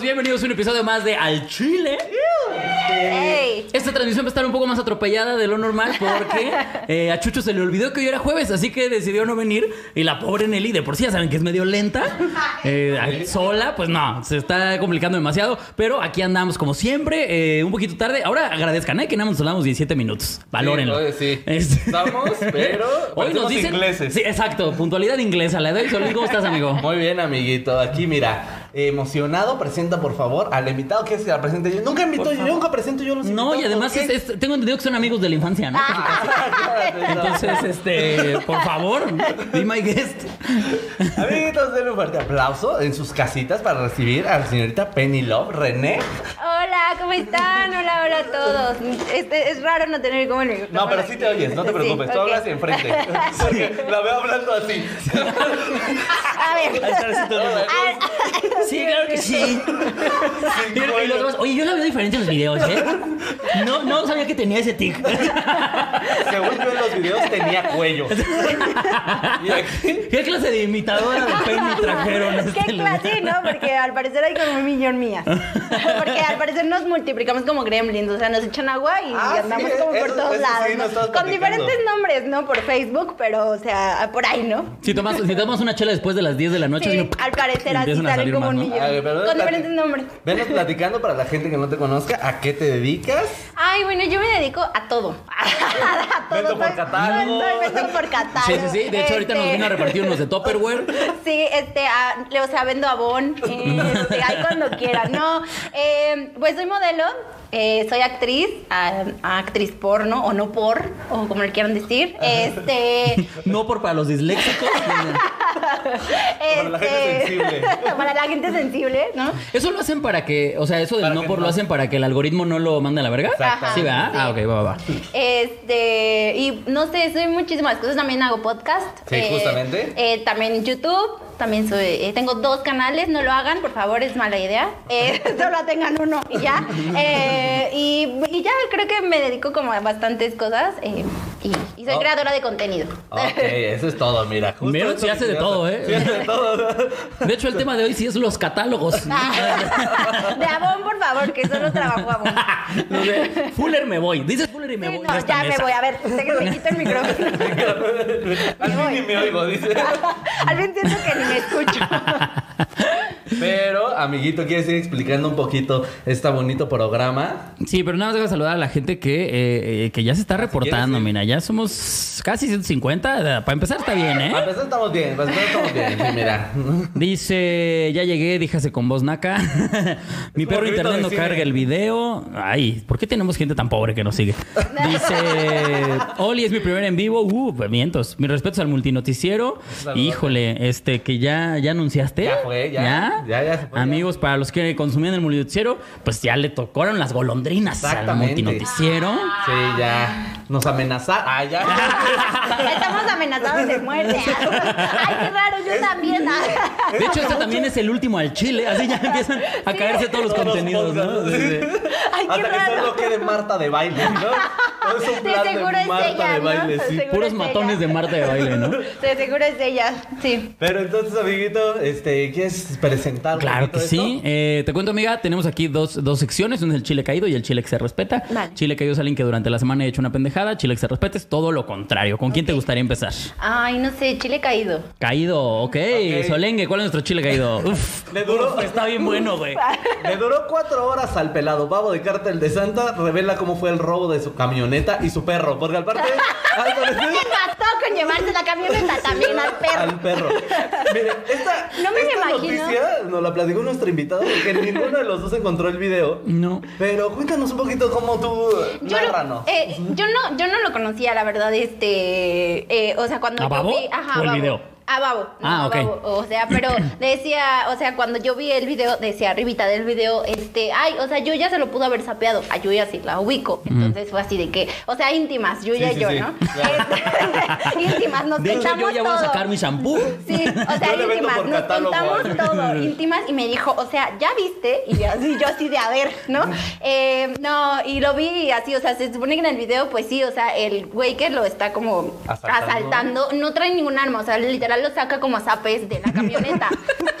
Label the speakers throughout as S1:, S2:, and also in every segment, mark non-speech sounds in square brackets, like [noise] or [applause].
S1: bienvenidos a un episodio más de Al Chile.
S2: Ey.
S1: Esta transmisión va a estar un poco más atropellada de lo normal porque eh, a Chucho se le olvidó que hoy era jueves, así que decidió no venir. Y la pobre Nelly, de por sí ya saben que es medio lenta, eh, sola, pues no, se está complicando demasiado. Pero aquí andamos como siempre, eh, un poquito tarde. Ahora agradezcan eh, que nada más nos hablamos 17 minutos. Valórenlo.
S3: Sí, oye, sí.
S1: Este-
S3: Estamos, pero.
S1: [laughs] Hoy nos
S3: parecemos
S1: dicen
S3: ingleses.
S1: Sí, exacto, puntualidad inglesa. La doy Solís, ¿cómo estás, amigo?
S3: Muy bien, amiguito. Aquí, mira, emocionado, presenta por favor al invitado que se la presente yo. Nunca invito yo, nunca presento yo a los
S1: No,
S3: invitados,
S1: y además
S3: ¿por qué? [laughs]
S1: es- es- tengo entendido que son amigos de la infancia,
S2: Ah.
S1: ¿no?
S3: Ah,
S1: Entonces, este, por favor, be my guest.
S3: Amiguitos, denle un fuerte aplauso en sus casitas para recibir a la señorita Penny Love René.
S2: Hola, ¿cómo están? Hola, hola a todos. Este, es raro no tener como el micrófono.
S3: No, pero sí te oyes, no te
S2: Sí,
S3: preocupes. Tú
S2: ok. [laughs]
S3: hablas enfrente. Porque la veo hablando así.
S1: [laughs]
S2: A ver. Ah,
S1: Sí, claro que sí. Y- y los demás, oye, yo la veo diferente en los videos, ¿eh? No, no sabía que tenía ese tic.
S3: Según yo en los videos tenía
S1: [laughs]
S3: cuello. Y aquí.
S1: ¿Qué clase de imitadora de Penny trajeron? a este
S2: Qué
S1: lugar?
S2: clase, ¿no? Porque al parecer hay como un millón mías. Porque al parecer nos multiplicamos como gremlins, o sea, nos echan agua y
S3: Ah, sí,
S2: andamos como por
S3: eso-
S2: todos
S3: eso sí,
S2: lados.
S3: nos
S2: ¿no?
S3: estabas
S2: Con
S3: platicando.
S2: diferentes nombres, ¿no? Por Facebook, pero, o sea, por ahí, ¿no?
S1: Si tomas, si tomas una chela después de las 10 de la noche,
S2: Sí,
S1: así,
S2: al parecer así
S1: empiezan a
S2: salen
S1: salir
S2: como
S1: más,
S2: un
S1: ¿no?
S2: millón.
S3: A ver, pero
S2: Con
S3: plati-
S2: diferentes nombres.
S3: Venos platicando para la gente que no te conozca a qué te dedicas.
S2: Ay, bueno, yo me dedico a todo. [laughs] a todo.
S3: Vendo por
S2: Soy-
S3: catálogo.
S2: soy- soy- [laughs] vendo por catálogo.
S1: Sí, sí, sí. De hecho, ahorita nos
S2: Este,
S1: vino a repartir unos de Tupperware.
S2: Sí, este, a- le- o sea, vendo abón, eh,
S3: [laughs]
S2: o sea, ahí cuando quieran, no. eh, pues soy modelo, eh, soy actriz, ah, actriz porno o no por, o como le quieran decir. Este,
S1: No por para los disléxicos.
S3: [laughs] Para la gente
S2: este,
S3: sensible.
S2: [laughs] para la gente sensible, ¿no?
S1: Eso lo hacen para que, o sea, eso del
S3: Para
S1: no
S3: que
S1: por
S3: no.
S1: lo hacen para que el algoritmo no lo mande a la verga.
S3: Exacto.
S1: Sí, ¿verdad? Ah, ok, va, va, va.
S2: Este, y no sé, soy muchísimas cosas. También hago podcast.
S3: Sí,
S2: eh,
S3: justamente.
S2: eh, también YouTube. También soy, eh, tengo dos canales, no lo hagan, por favor, es mala idea. Eh, [laughs] solo tengan uno y ya. Eh, y, y ya creo que me dedico como a bastantes cosas eh, y, y soy
S3: Oh.
S2: creadora de contenido.
S3: Ok,
S2: [laughs]
S3: eso es todo, mira. justo
S1: Mira,
S3: eso
S1: sí hace
S3: que
S1: de
S3: te
S1: todo,
S3: hace. [laughs]
S1: ¿eh?
S3: Sí hace
S1: [laughs]
S3: de todo.
S1: De hecho, el tema de hoy sí es los catálogos.
S2: Ah.
S1: [laughs]
S2: de abón, por favor, que solo trabajo abón.
S1: Lo de Fuller me voy. Dices Fuller y me
S2: Sí,
S1: voy. de
S2: no,
S1: esta
S2: ya me
S1: mesa.
S2: voy, a ver, sé que me quito el micrófono. [laughs]
S3: Al fin ni me oigo, dice.
S2: Al fin siento que ni me escucho.
S3: Pero, amiguito, ¿quieres ir explicando un poquito este bonito programa?
S1: Sí, pero nada más debo saludar a la gente que, eh, eh, que ya se está reportando.
S3: sí.
S1: Mira, ya somos casi 150. Para empezar, está bien, ¿eh?
S3: Para empezar estamos bien, para empezar estamos bien, sí, mira.
S1: Dice, ya llegué, díjase con voz
S3: [laughs]
S1: naca. Mi
S3: Es como
S1: perro
S3: el grito
S1: internet
S3: de
S1: no
S3: cine.
S1: carga el video. Ay, ¿por qué tenemos gente tan pobre que nos sigue? Dice, Oli, es mi primer en vivo. Uh, pues, mientos. Mis respetos al multinoticiero.
S3: Saludos.
S1: Híjole, este, que ya, ya anunciaste.
S3: Ya fue, ya. Ya, ya se fue, ya.
S1: Amigos, para los que consumían el multinoticiero, pues ya le tocaron las golondrinas al
S3: Exactamente.
S1: multinoticiero.
S3: Sí, ya. Nos amenaza. Ah, ya.
S2: Estamos amenazados de muerte. Ay, qué raro, yo también.
S1: De hecho, este también es el último al Chile. Así ya empiezan a caerse todos los
S3: Todos los
S1: contenidos, ¿no?
S3: podcasts,
S1: Sí,
S3: sí.
S1: sí.
S2: Ay, qué
S3: Hasta que
S2: raro.
S3: solo quede Marta de baile, ¿no? Todo es un
S2: De
S3: plan
S2: seguro
S3: de
S2: es
S3: Marta
S2: ella,
S3: de
S2: ¿no?
S3: baile, sí.
S2: Seguro
S1: Puros
S2: es
S1: matones de
S2: ella.
S1: Marta de baile, ¿no?
S2: De seguro es de ella, sí.
S3: Pero entonces, amiguito, este, ¿quieres presentar? un
S1: Claro
S3: poquito
S1: que
S3: esto?
S1: sí. Eh, te cuento, amiga, tenemos aquí dos, dos secciones. Una es el chile caído y el chile que se respeta.
S2: Vale.
S1: Chile caído es alguien que durante la semana ha hecho una pendejada. Chile que se respeta es todo lo contrario. ¿Con quién te gustaría empezar?
S2: Ay, no sé, chile caído.
S1: Caído, ok. Solengue, ¿cuál es nuestro chile [laughs] caído? Uf,
S3: Le duró.
S1: uf, está bien bueno, güey.
S3: Le duró cuatro horas al pelado babo de Cártel de Santa. Revela cómo fue el robo de su camioneta y su perro. Porque
S2: [laughs]
S3: al parte, al
S2: ¿Qué
S3: parecer,
S2: mató con llevarse la camioneta también al perro?
S3: al perro. Mire, esta,
S2: No me
S3: esta
S2: lo imagino.
S3: noticia nos la platicó nuestro invitado porque ninguno de los dos encontró el video.
S1: No.
S3: Pero cuéntanos un poquito cómo tú.
S2: Yo no,
S3: Nárranos.
S2: eh, yo no, yo no lo conocía, la verdad, este, eh, o sea, cuando
S1: ¿A
S2: yo
S1: Babo
S2: vi, ajá,
S1: o el
S2: Babo.
S1: video?
S2: A Babo, no,
S1: Ah,
S2: a
S1: ok.
S2: Babo, o sea,
S1: [clears throat]
S2: pero decía, o sea, cuando yo vi el video, decía arribita del video, este, ay, o sea, yo ya se lo pudo haber sapeado, a yo ya sí la ubico, entonces fue así de que, o sea, íntimas, yo ya
S3: sí,
S2: yo,
S3: sí,
S2: ¿no?
S3: claro.
S2: [laughs] Este, íntimas, nos
S1: De hecho,
S2: contamos
S1: yo ya voy a
S2: todo.
S1: sacar mi shampoo.
S2: Sí, o sea,
S3: [laughs] Yo le vendo
S2: íntimas,
S3: por
S2: nos
S3: catálogo.
S2: contamos
S3: [laughs]
S2: todo, íntimas, y me dijo, o sea, ¿ya viste? Y yo así, yo así de a ver, ¿no?
S3: [laughs]
S2: Eh, no, y lo vi y así, o sea, se supone que en el video, pues sí, o sea, el güey que lo está como
S3: Asaltando. [laughs]
S2: asaltando, no trae ningún arma, o sea, literal lo saca como a zapes de la camioneta.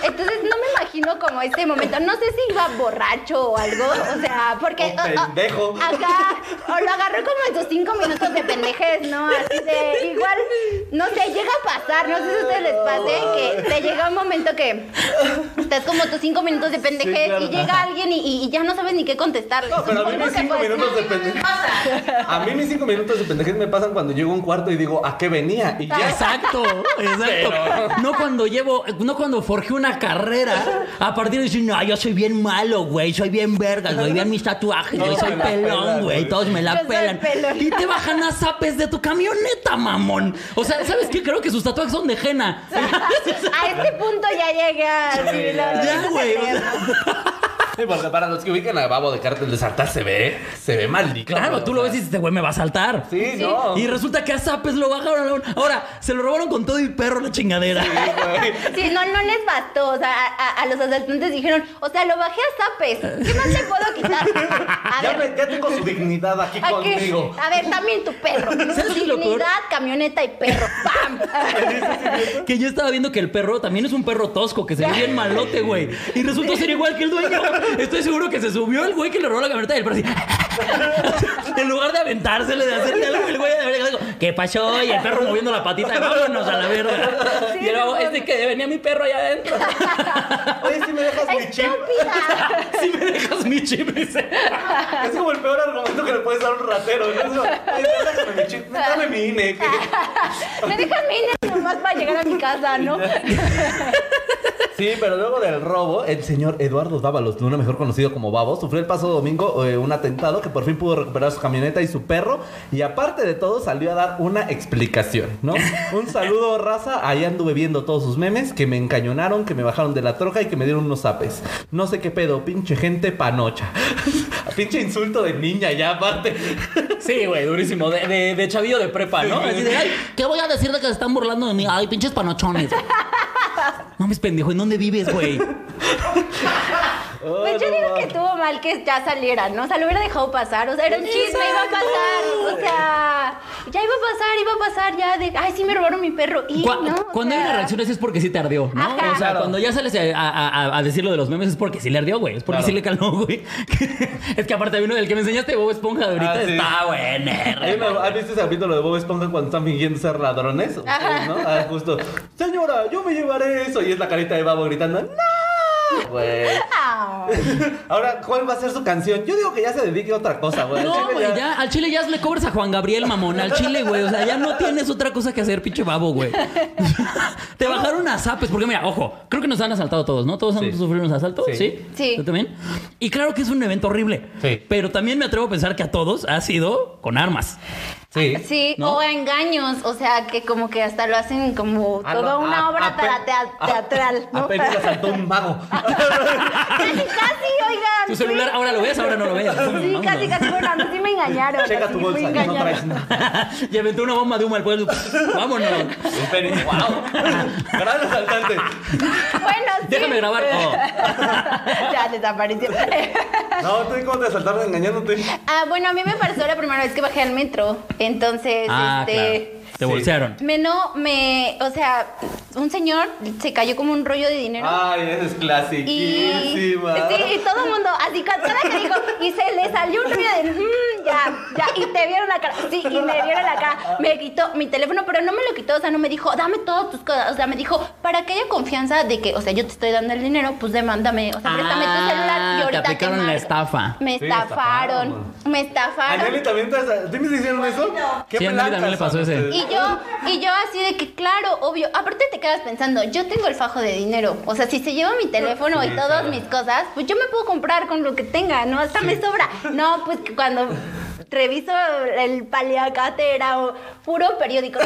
S2: Entonces no me imagino como ese momento. No sé si iba borracho o algo. O sea, porque.
S3: O pendejo.
S2: acá. O lo agarró como en sus cinco minutos de pendejez, ¿no? Así de. Igual. No sé, llega a pasar. No sé si a ustedes les pase que te llega un momento que. Estás como tus cinco minutos de pendejez
S3: claro.
S2: y llega alguien y, y- y ya no sabes ni qué contestarle.
S3: No, pero a mí
S2: Supongo
S3: mis
S2: que
S3: cinco
S2: pues,
S3: minutos de pendejez. A mí mis cinco minutos de pendejez me pasan cuando llego a un cuarto y digo, ¿a qué venía? Y ya.
S1: Exacto, exacto. No cuando llevo, no cuando forjé una carrera a partir de decir, no, yo soy bien malo, güey, soy bien verga, güey, vean mis tatuajes, yo
S3: Todos
S1: soy
S3: me la pelan,
S1: pelón, güey,
S3: güey.
S1: todos me
S2: Yo
S1: la
S2: soy
S1: pelan.
S2: pelón.
S1: Y te bajan a zapes de tu camioneta, mamón. O sea, ¿sabes qué? Creo que sus tatuajes son de jena.
S2: A este punto ya llegué a sí, lo- lo-
S1: [laughs] Ya,
S2: eso
S1: güey,
S2: se
S1: o sea,
S2: ve, ¿no?
S3: Sí, porque para los que ubican a Babo de Cártel de Santa se ve, se ve maldito.
S1: Claro,
S3: pero,
S1: tú lo
S3: o
S1: ves y
S3: sea,
S1: dices, este güey me va a saltar.
S3: Sí, no.
S1: Y resulta que a zapes lo bajaron. Ahora, se lo robaron con todo y perro la chingadera.
S3: güey.
S2: Sí, no, no les bastó. O sea, a, a- a los asaltantes dijeron, o sea, lo bajé a zapes. ¿Qué más le puedo quitar? A
S3: [laughs] Ya,
S2: ver,
S3: me- ya tengo su
S2: [laughs]
S3: dignidad aquí
S2: ¿a qué?
S3: conmigo.
S2: A ver, también tu perro.
S1: ¿Sabes qué es lo peor?
S2: Dignidad, camioneta y perro. ¡Pam!
S1: Que yo estaba viendo que el perro también es un perro tosco, que se ve bien malote, güey. Y resultó ser igual que el dueño. Estoy seguro que se subió el güey que le robó la camioneta y el perro así. [laughs] En lugar de aventársele, de hacerle algo, el güey de haberle dicho, ¿qué pasó? Y el perro moviendo la patita, vámonos a la verga.
S2: Sí,
S1: y el
S2: no
S1: babo,
S2: mames.
S1: este que venía mi perro allá adentro.
S3: Oye, si me dejas mi chip.
S2: ¡Estúpida!
S1: Si me dejas mi chip, dice.
S3: Es como el peor argumento que le puedes dar a un ratero. ¿no? Eso, oye, déjame mi chip, dame mi INE.
S2: Ah.
S3: que-
S2: Me dejan mi INE nomás para llegar a mi casa, ¿no?
S3: Sí, pero luego del robo, el señor Eduardo Dávalos, de uno mejor conocido como Babo, sufrió el pasado domingo eh, un atentado que por fin pudo recuperar su camioneta y su perro. Y aparte de todo, salió a dar una explicación, ¿no? Un saludo, raza. Ahí anduve viendo todos sus memes que me encañonaron, que me bajaron de la troca y que me dieron unos apes. No sé qué pedo, pinche gente panocha. [laughs] pinche insulto de niña ya, aparte.
S1: Sí, güey, durísimo. De, de, de chavillo de prepa, ¿no? Así de, ay, ¿qué voy a decir de que se están burlando de mí? Ay, pinches panochones. güey". No, mis pendejo, ¿en dónde vives, güey?
S2: Pues yo
S3: Oh, no
S2: digo que
S3: mames.
S2: estuvo mal que ya saliera, ¿no? O sea, lo hubiera dejado pasar. O sea, era un chisme, iba a pasar. O sea, ya iba a pasar, iba a pasar ya de, ay, sí me robaron mi perro. Y,
S1: Cu-
S2: ¿no? O
S1: cuando hay
S2: sea,
S1: una reacción así es porque sí te ardió, ¿no?
S2: Ajá.
S1: O sea,
S3: Claro.
S1: cuando ya sales a, a- a- a decir lo de los memes es porque sí le ardió, güey. Es porque
S3: Claro.
S1: sí le caló, güey. [laughs] es que aparte vino del que me enseñaste, Bob Esponja, de ahorita
S3: Ah, sí.
S1: está bueno.
S3: Hay una- ¿Has visto ese capítulo de Bob Esponja cuando están fingiendo ser ladrones? Ustedes, ¿no? Ah, justo. Señora, yo me llevaré eso. Y es la carita de Babo gritando. ¡No! Güey.
S2: ah,
S3: Ahora, ¿cuál va a ser su canción? Yo digo que ya se dedique a otra cosa, güey. Al
S1: No,
S3: chile
S1: güey,
S3: ya-
S1: ya, al chile ya le cobras a Juan Gabriel, mamón. Al chile, güey. O sea, ya no tienes otra cosa que hacer, pinche babo, güey. [laughs] Te bajaron a zapes, porque mira, ojo, creo que nos han asaltado todos, ¿no? Todos han
S3: Sí.
S1: sufrido unos asaltos,
S3: Sí.
S1: ¿sí?
S2: Sí.
S1: ¿Tú también? Y claro que es un evento horrible.
S3: Sí.
S1: Pero también me atrevo a pensar que a todos ha sido con armas.
S3: Sí.
S2: sí,
S1: ¿No?
S2: o engaños. O sea, que como que hasta lo hacen como
S3: Ah,
S2: toda
S3: no,
S2: una
S3: a-
S2: obra
S3: ape-
S2: tea- tea-
S3: a-
S2: teatral, ¿no?
S3: Apenas asaltó
S2: [laughs]
S3: un mago.
S2: Casi, casi, oigan.
S1: Tu celular, ahora lo ves, ahora no lo ves.
S2: Sí, casi, casi. Bueno, a mí sí me engañaron.
S3: Checa
S2: sí,
S3: tu
S2: fui
S3: bolsa, ya no
S2: engañada.
S3: traes nada.
S1: [laughs] Y aventó una bomba de humo al pueblo. Vámonos.
S3: Un [laughs] pene. ¡Wow! Gran asaltante.
S2: Bueno, sí.
S1: Déjame
S2: [laughs]
S1: grabar. Oh.
S2: ya desapareció. [laughs]
S3: No, ¿tú cómo te asaltaron engañándote?
S2: Ah, bueno, a mí me pasó la primera vez que bajé al metro. Entonces,
S1: Ah,
S2: este.
S1: claro. Te
S3: Sí.
S1: bolsearon.
S2: Me no, me. O sea, un señor se cayó como un rollo de dinero.
S3: Ay, esa es
S2: Y, sí,
S3: clasiquísima.
S2: y todo el mundo, así cada cada que dijo, y se le salió un rollo de, "Mm, ya, ya, y te vieron la cara, sí, y me vieron la cara, me quitó mi teléfono, pero no me lo quitó, o sea, no me dijo, dame todas tus cosas, o sea, me dijo, para que haya confianza de que, o sea, yo te estoy dando el dinero, pues demándame, o sea, préstame
S1: Ah,
S2: tu celular y
S1: te
S2: ahorita
S1: aplicaron la
S2: marco".
S1: estafa.
S2: Me
S3: Sí,
S2: estafaron,
S3: estafaron.
S2: me
S3: ¿A Nelly
S2: estafaron.
S3: también te asa- ¿Dime si hicieron eso? ¿Qué
S1: Sí, a Nelly
S3: pelancas
S1: también le pasó
S3: son
S1: ese.
S3: ustedes?
S2: Y yo, y yo así de que, claro, obvio. Aparte te quedas pensando, yo tengo el fajo de dinero. O sea, si se lleva mi teléfono
S3: Sí,
S2: y todas
S3: claro.
S2: mis cosas, pues yo me puedo comprar con lo que tenga, ¿no? Hasta me sobra. No, pues que cuando reviso el paliacate era o- puro periódico.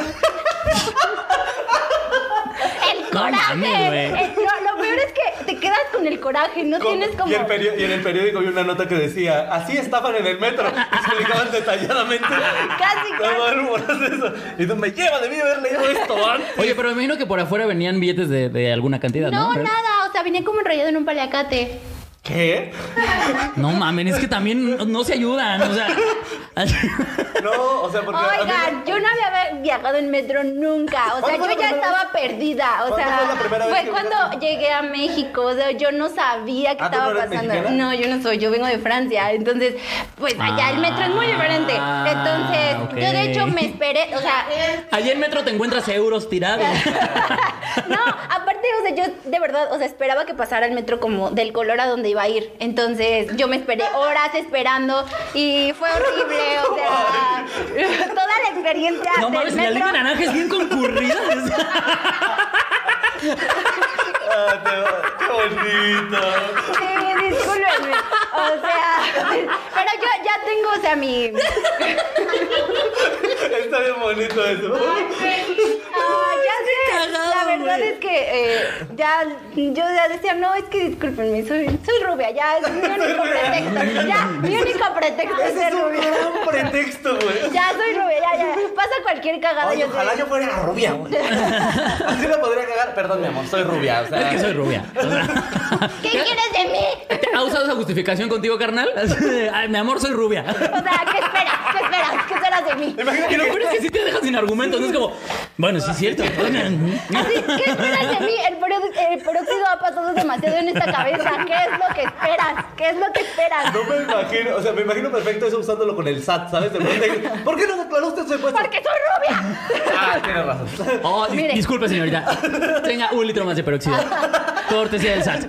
S2: el
S1: No
S2: coraje.
S1: mames, güey.
S2: El- no, lo peor es que te quedas con el coraje, no
S3: Con-
S2: tienes como...
S3: y, el perio- y en el periódico vi una nota que decía, así estaban en el metro. Y explicaban detalladamente.
S2: [laughs] Casi,
S3: Todo
S2: casi.
S3: el humor de eso. Y tú, me lleva, debí haber leído esto antes.
S1: Oye, pero me imagino que por afuera venían billetes de, de alguna cantidad, ¿no?
S2: No, nada, o sea, venía como enrollado en un paliacate.
S3: ¿Qué?
S1: No mamen, es que también no se ayudan.
S2: [laughs]
S1: O sea,
S3: No, o sea, porque. a mí
S2: Oigan,
S3: me-
S2: yo no había viajado en metro nunca. O sea, yo
S3: ¿Cuándo fue la
S2: ya
S3: primera
S2: estaba perdida. O
S3: ¿Cuándo
S2: sea,
S3: fue la primera vez que
S2: cuando
S3: viajaste?
S2: llegué a México. O sea, yo no sabía qué
S3: Ah, ¿tú no
S2: estaba
S3: eres
S2: pasando.
S3: mexicana?
S2: No, yo no soy. Yo vengo de Francia. Entonces, pues allá el metro es muy diferente.
S1: Ah,
S2: Entonces, yo de hecho
S1: ok.
S2: me esperé. O sea,
S1: allí en metro te encuentras euros
S2: [laughs]
S1: tirados.
S2: No, aparte, o sea, yo de verdad, o sea, esperaba que pasara el metro como del color a donde iba a ir. Entonces, yo me esperé horas esperando y fue horrible, o
S3: [laughs]
S2: sea, toda la experiencia
S1: No
S2: del
S1: mames, la
S2: metro.
S1: línea naranja es bien concurrida. o
S2: [laughs]
S1: sea,
S3: Ah, te- qué bonito.
S2: Sí, discúlpenme. O sea, pero yo ya tengo, o sea, mi.
S3: Está bien bonito eso.
S2: Ah, ya sé.
S1: cagado,
S2: la verdad
S1: güey.
S2: es que eh, ya yo ya decía, no, es que discúlpenme, soy, soy rubia, ya es mi único pretexto. Ya, mi único pretexto es
S3: Ese es
S2: ser
S3: un
S2: rubia.
S3: gran pretexto, güey.
S2: Ya soy rubia, ya, ya. Pasa cualquier cagada.
S3: Oye,
S2: yo
S3: ojalá
S2: te-
S3: yo fuera
S2: [laughs]
S3: rubia, güey. Así la podría cagar. Perdón, mi amor, soy rubia. O sea,
S1: es que soy rubia. O sea,
S2: ¿Qué quieres de mí?
S1: ¿Ha usado esa justificación contigo, carnal? [laughs] Ay, mi amor, soy rubia. [laughs]
S2: O sea, ¿qué esperas? ¿Qué esperas? ¿Qué esperas de mí?
S3: Imagínate que
S1: Y
S3: no
S1: lo peor es que sí te dejan sin argumentos. No es como, bueno, sí es
S2: [laughs]
S1: cierto.
S2: Así, ¿Qué esperas de mí? El, perio- el peróxido ha pasado demasiado en esta cabeza. ¿Qué es lo que esperas? ¿Qué es lo que esperas?
S3: No me imagino, o sea, me imagino perfecto eso usándolo con el SAT, ¿sabes? De repente, ¿Por qué no declaró usted su impuesto?
S2: Porque soy rubia.
S3: Ah, tiene razón.
S1: Oh, dis-
S2: Mire.
S1: disculpe, señorita. Tenga un litro más de peróxido. Cortesía del SAT.